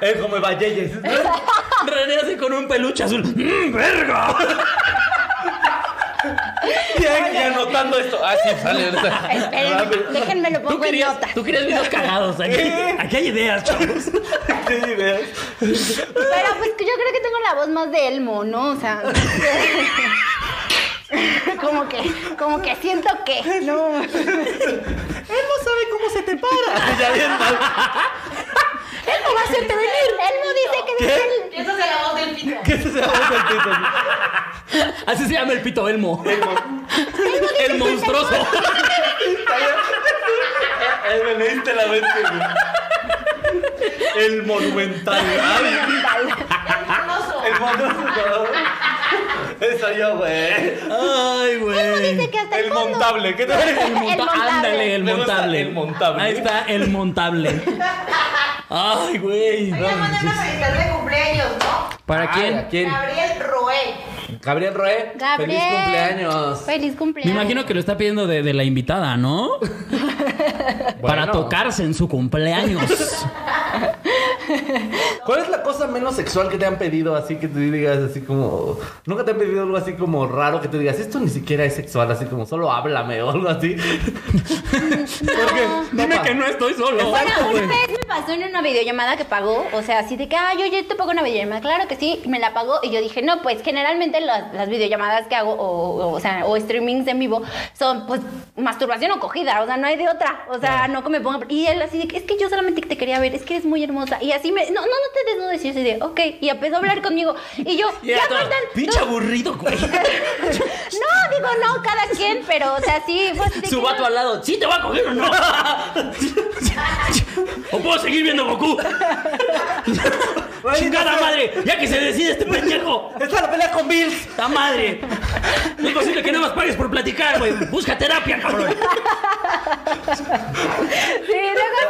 S3: Es como Valles.
S1: René hace con un peluche azul. ¡Mmm, verga!
S5: Ya,
S3: Y anotando esto. [laughs] Ah, sí, sale ahorita.
S2: Espérenme, déjenme lo
S5: Tú
S2: pongo Eh. en
S5: querías,
S2: notas.
S5: tú querías videos cagados.
S2: [laughs]
S5: Aquí, aquí hay ideas, chavos.
S3: [laughs] Sí, ideas.
S2: Pero pues que yo creo que tengo la voz más de Elmo, ¿no? O sea. [laughs] como que, como que siento que. No.
S3: Él no sabe cómo se te para. [laughs] Ya bien mal.
S2: Elmo va a hacerte venir. Elmo dice que desde
S4: Esa es la voz del pito.
S3: ¿Qué se llama el pito?
S5: Así se llama el pito Elmo.
S2: el.
S5: El monstruoso.
S3: El venente la mente. güey. El monumental. Ay,
S4: El
S3: el monumental. Eso yo, güey.
S5: Ay,
S2: Elmo
S5: güey.
S2: dice que hasta el,
S3: El
S2: fondo.
S3: montable. ¿Qué tal?
S5: El monta-
S2: El montable.
S5: Ándale, el
S3: Me gusta
S5: montable.
S3: el montable.
S5: Ahí está, el montable. Ay, güey. no
S4: Oigan, manden una
S5: manches.
S4: felicitación de cumpleaños, ¿no?
S1: ¿Para
S3: Ay,
S1: quién?
S3: Ah, ¿a quién?
S4: Gabriel Roé.
S3: Gabriel Roe.
S2: Gabriel.
S3: Feliz cumpleaños.
S2: Feliz
S1: Me
S2: cumpleaños.
S1: imagino que lo está pidiendo de, de la invitada,
S3: [laughs]
S1: ¿no? Para
S3: Bueno.
S1: tocarse en su cumpleaños.
S3: ¿Cuál es la cosa menos sexual que te han pedido así que tú digas así como... Nunca te han pedido algo así como raro que te digas, esto ni siquiera es sexual, así como solo háblame o algo así? Porque,
S5: Dime que no estoy solo.
S2: Bueno, una vez me pasó en una videollamada que pagó, o sea, así de que, ah, yo, yo te pago una videollamada, claro que sí, y me la pagó, y yo dije, no, pues generalmente las, las videollamadas que hago, o, o, o sea, o streamings en vivo, son, pues, masturbación o cogida, o sea, no hay de otra, o sea, no que me ponga, y él así de que, es que yo solamente te quería ver, es que eres muy hermosa, y así me, no, no, no te desnudes, y yo así de, ok, y empezó a hablar conmigo, y yo,
S5: Y era
S2: ya,
S5: todo,
S2: cortan,
S5: Pinche
S2: no,
S5: aburrido, güey.
S2: no, digo, no, cada quien, pero, o sea, sí, fue así de
S5: Su
S2: que,
S5: vato
S2: no,
S5: al lado. ¿Sí te va a coger o no? ¿O puedo seguir viendo Goku? ¡Chingada madre! ¡Ya que se decide este pendejo!
S3: ¡Está la pelea con Bills!
S5: ¡La madre! No es posible que nada más pagues por platicar, güey. Busca terapia, cabrón.
S2: Sí, luego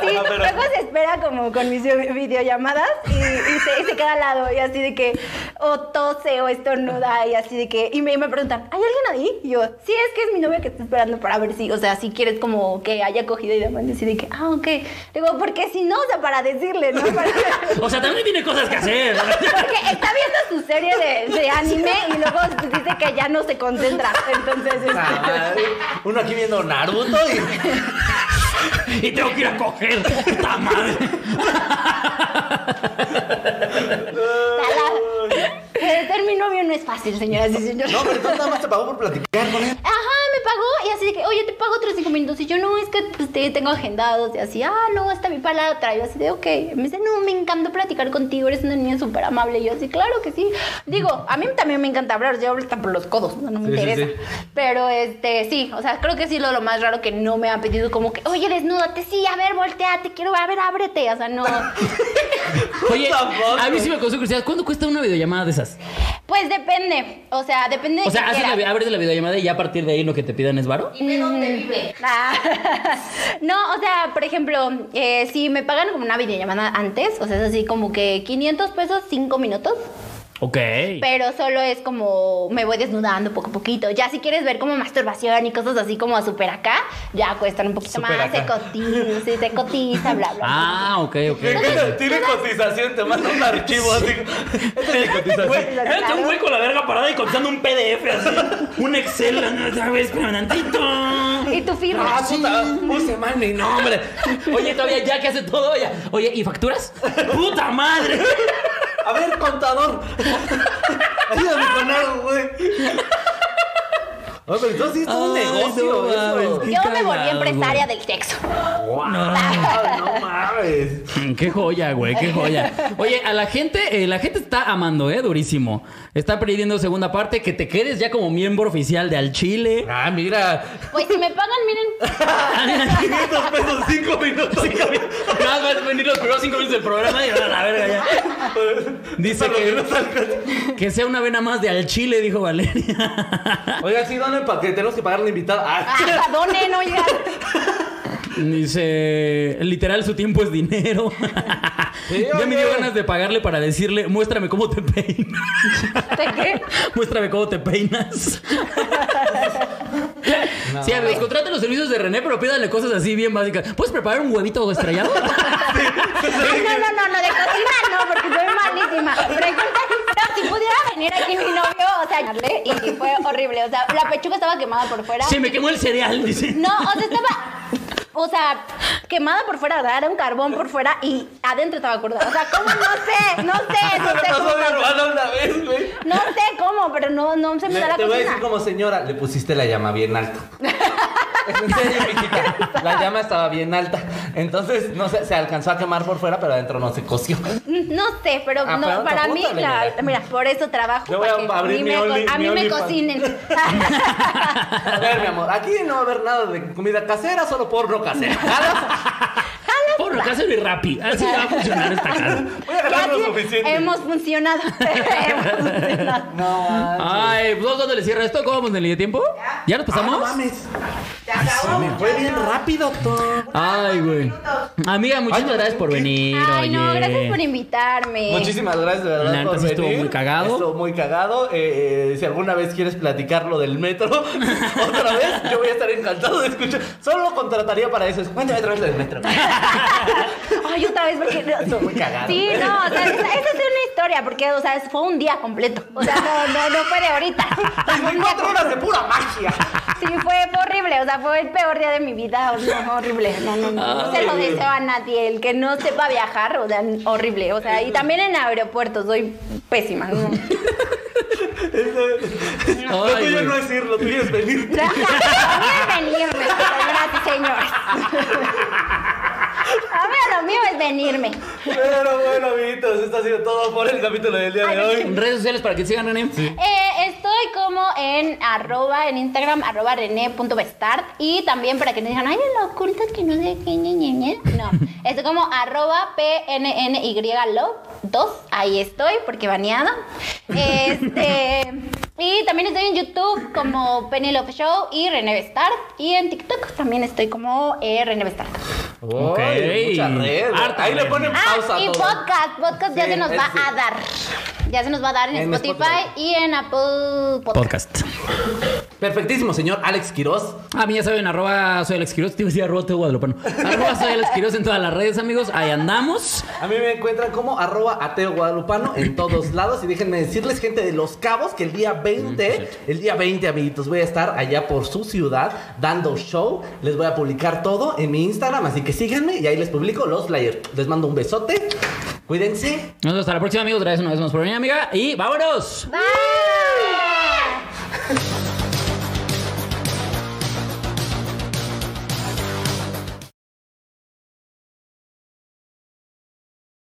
S2: sí,
S3: Ah, pero-
S2: luego se espera como con mis video- videollamadas y, y se, y se queda al lado y así de que o tose o estornuda y así de que y me, me preguntan, ¿hay alguien ahí? Y yo, sí, es que es mi novia que está esperando para ver si, o sea, si quieres como que haya cogido y demás, y así de que, ah, ok. Digo, porque si no, o sea, para decirle, ¿no? Para- [laughs]
S5: O sea, también tiene cosas que hacer.
S2: Porque está viendo su serie de, de anime y luego dice que ya no se concentra. Entonces, este,
S3: Ah, Uno aquí viendo Naruto y...
S5: Y tengo que ir a coger. ¡Puta madre!
S2: la- eh, ser mi novio no es fácil, señoras y señores.
S3: No, pero entonces nada más te pagó por platicar con él.
S2: Ajá, me pagó y así de que, oye, te pago otros cinco minutos. Y yo, no, es que pues, te tengo agendados. Y así, ah, no, está mi palabra. Y yo así de, ok. Me dice, no, me encanta platicar contigo, eres una niña súper amable. Y yo así, claro que sí. Digo, a mí también me encanta hablar, yo hablo hasta por los codos, no, no me
S3: Sí, sí,
S2: interesa.
S3: sí.
S2: Pero, este, sí, o sea, creo que sí lo, lo más raro que no me han pedido como que, oye, desnúdate, sí, a ver, volteate, quiero, a ver, ábrete. O sea,
S3: [laughs]
S2: no.
S1: Oye,
S3: Tampoco.
S1: a mí sí me causó curiosidad. ¿Cuánto cuesta una videollamada de esas?
S2: pues depende, o sea, depende de
S1: O sea,
S2: qué
S1: haces la,
S2: quieras.
S1: vi- abres la videollamada y ya a partir de ahí lo que te pidan es varo.
S4: ¿Y de dónde vive?
S2: Ah, [laughs] no, o sea, por ejemplo, eh, si me pagan como una videollamada antes, o sea, es así como que 500 pesos, 5 minutos,
S1: Ok.
S2: pero solo es como me voy desnudando poco a poquito. Ya si quieres ver como masturbación y cosas así como super acá, ya cuestan un poquito
S3: Súper
S2: más,
S3: acá.
S2: se cotiza, sí, se cotiza, bla, bla.
S1: Ah, ok, ok.
S3: Tiene cotización, te manda un archivo así. Esta es mi
S5: Güey,
S3: cotización.
S5: era un güey con la verga parada y contando un PDF así. Un Excel, otra vez, pero tantito.
S2: bla. Y tu firma.
S3: Ah, puta, puse mal mi nombre.
S1: Oye, todavía ya que hace todo, ya. Oye, ¿y facturas?
S5: ¡Puta madre!
S3: A ver, contador. Ayúdame con algo, güey. Oye, pero entonces sí es un
S1: Ay,
S3: negocio,
S1: no
S3: eso.
S1: mames.
S2: Yo me volví
S1: cagado,
S2: empresaria del sexo.
S3: Guau, No. mames.
S1: Mm, [laughs] Qué joya, güey, qué joya. Oye, a la gente, eh, la gente está amando, ¿eh? Durísimo. Está pidiendo segunda parte, que te quedes ya como miembro oficial de Al Chile.
S3: Ah, mira.
S2: Pues si me pagan,
S3: [laughs]
S2: miren,
S3: 500 pesos, 5 minutos.
S5: Nada más venir los primeros cinco minutos del programa y a la verga ya.
S1: Dice
S3: Dice
S1: que-
S3: que no salga.
S1: Que sea una vena más de Al Chile, dijo Valeria.
S3: Oiga, sí, donen para que tenemos que pagar la invitada. Ah,
S2: ah, donen, oigan.
S1: Dice, literal, su tiempo es dinero.
S3: Sí,
S1: [laughs] ya me dio
S3: oye.
S1: ganas de pagarle para decirle, muéstrame cómo te peinas. [laughs]
S2: ¿De qué?
S3: [laughs]
S1: muéstrame cómo te peinas. sí, amigos, contraten los servicios de René, pero pídanle cosas así bien básicas. ¿Puedes preparar un huevito
S3: [laughs]
S1: estrellado?
S2: No, no, no, no, de cocina no, porque soy malísima. Pregunta si pudiera venir aquí mi novio, o sea, y fue horrible. O sea, la pechuga estaba quemada por fuera.
S1: Se me quemó el cereal, dice.
S2: No, o sea, estaba. O sea, quemada por fuera, o sea, era un carbón por fuera y adentro estaba cruda. O sea, ¿cómo? No sé, no sé, Ah, no
S3: [laughs] Me
S2: sé
S3: pasó
S2: cómo.
S3: de hermana una vez, güey.
S2: No sé cómo, pero no, no se me
S3: Le-
S2: da la
S3: te voy a decir
S2: cocina.
S3: como señora, le pusiste la llama bien
S2: [laughs]
S3: alta. En serio, mijita, [laughs] la llama estaba bien alta. Entonces, no sé, se alcanzó a quemar por fuera, pero adentro no se coció.
S2: Mm, No sé, pero
S3: Ah,
S2: no,
S3: pero
S2: para
S3: apúntale,
S2: mí,
S3: mira.
S2: la- mira, por eso trabajo.
S3: Yo voy a
S2: para que
S3: abrir
S2: a mí
S3: mi
S2: me, co-
S3: Only-
S2: a mí
S3: mi
S2: me
S3: OnlyFans. [laughs]
S2: cocinen. [laughs]
S3: A ver, mi amor, aquí no va a haber nada de comida casera, solo porno
S2: [laughs]
S3: casera.
S1: Por lo que hace mi rapi. Así va a funcionar esta casa.
S3: Voy a ganar lo
S2: Así
S3: suficiente.
S2: Hemos funcionado. [laughs] hemos funcionado.
S3: No,
S1: Ay, pues ¿dónde le cierra esto? ¿Cómo vamos, Nelly? ¿De tiempo?
S4: Ya.
S1: ¿Ya nos
S2: Ah,
S1: pasamos?
S3: Ah, mames.
S4: Se acabó.
S3: Me fue bien rápido, todo.
S1: Ay, güey. Amiga, muchísimas gracias por venir.
S2: Ay, no,
S1: oye.
S2: gracias por invitarme.
S3: Muchísimas gracias, de verdad.
S1: La neta
S3: por
S1: sí estuvo
S3: venir.
S1: muy cagado.
S3: Estuvo muy cagado. Eh, eh, si alguna vez quieres platicar lo del metro [laughs] otra vez, yo voy a estar encantado de escuchar. Solo lo contrataría para eso. Cuéntame otra vez lo del metro.
S2: Ay, otra vez, porque.
S3: Estuvo muy cagado.
S2: Sí, no, o sea, esa, esa es una historia, porque, o sea, fue un día completo. O sea, no, no, no fue de ahorita. Fue un día
S3: 24 horas de pura magia.
S2: Sí, fue, fue horrible, o sea, fue el peor día de mi vida, o sea, fue horrible. No, no, no, no se lo deseo a nadie, el que no sepa viajar, o sea, horrible, o sea, y también en aeropuertos, soy pésima. ¿no?
S3: Lo
S1: Ay,
S3: tuyo
S1: güey.
S3: no es ir, lo tuyo es venir.
S2: A mí es venirme, o sea, gracias, señores. A mí lo mío es venirme.
S3: Pero bueno, amiguitos, esto ha sido todo por el capítulo del día de
S2: Ay,
S3: hoy.
S1: Redes sociales para que te sigan, René.
S2: Eh, estoy como en arroba, en Instagram, arroba rene.bestart. Y también para que no digan, ay, lo ocultas que no sé qué, ñe, ñe, ñe". No, estoy como arroba pnnylo2. Ahí estoy, porque baneada. Este. Y también estoy en YouTube como Penelope Show y Rene Bestart. Y en TikTok también estoy como eh, Rene Bestart.
S1: Ok.
S3: Ay, mucha red.
S1: Harta
S3: Ahí le
S1: red.
S3: ponen
S2: Ah,
S3: pausa a
S2: y
S3: todo.
S2: podcast. Podcast ya
S3: Sí,
S2: se nos va
S3: ese.
S2: a dar. Ya se nos va a dar en,
S3: En
S2: Spotify,
S3: Spotify.
S2: y en Apple Podcast.
S1: Podcast.
S3: Perfectísimo, señor Alex Quiroz.
S1: A mí ya saben, arroba soy Alex Quiroz. Te iba a decir arroba Teo guadalupano. Arroba soy Alex Quiroz en todas las redes, amigos. Ahí andamos.
S3: A mí me encuentran como arroba ateo guadalupano en todos lados. Y déjenme decirles, gente de Los Cabos, que el día 20, el día 20, amiguitos, voy a estar allá por su ciudad dando show. Les voy a publicar todo en mi Instagram, así que síganme y ahí les publico los flyers. Les mando un besote. Cuídense.
S1: Nos vemos hasta la próxima, amigos. Gracias una vez más por venir, amiga. Y vámonos.
S2: Bye.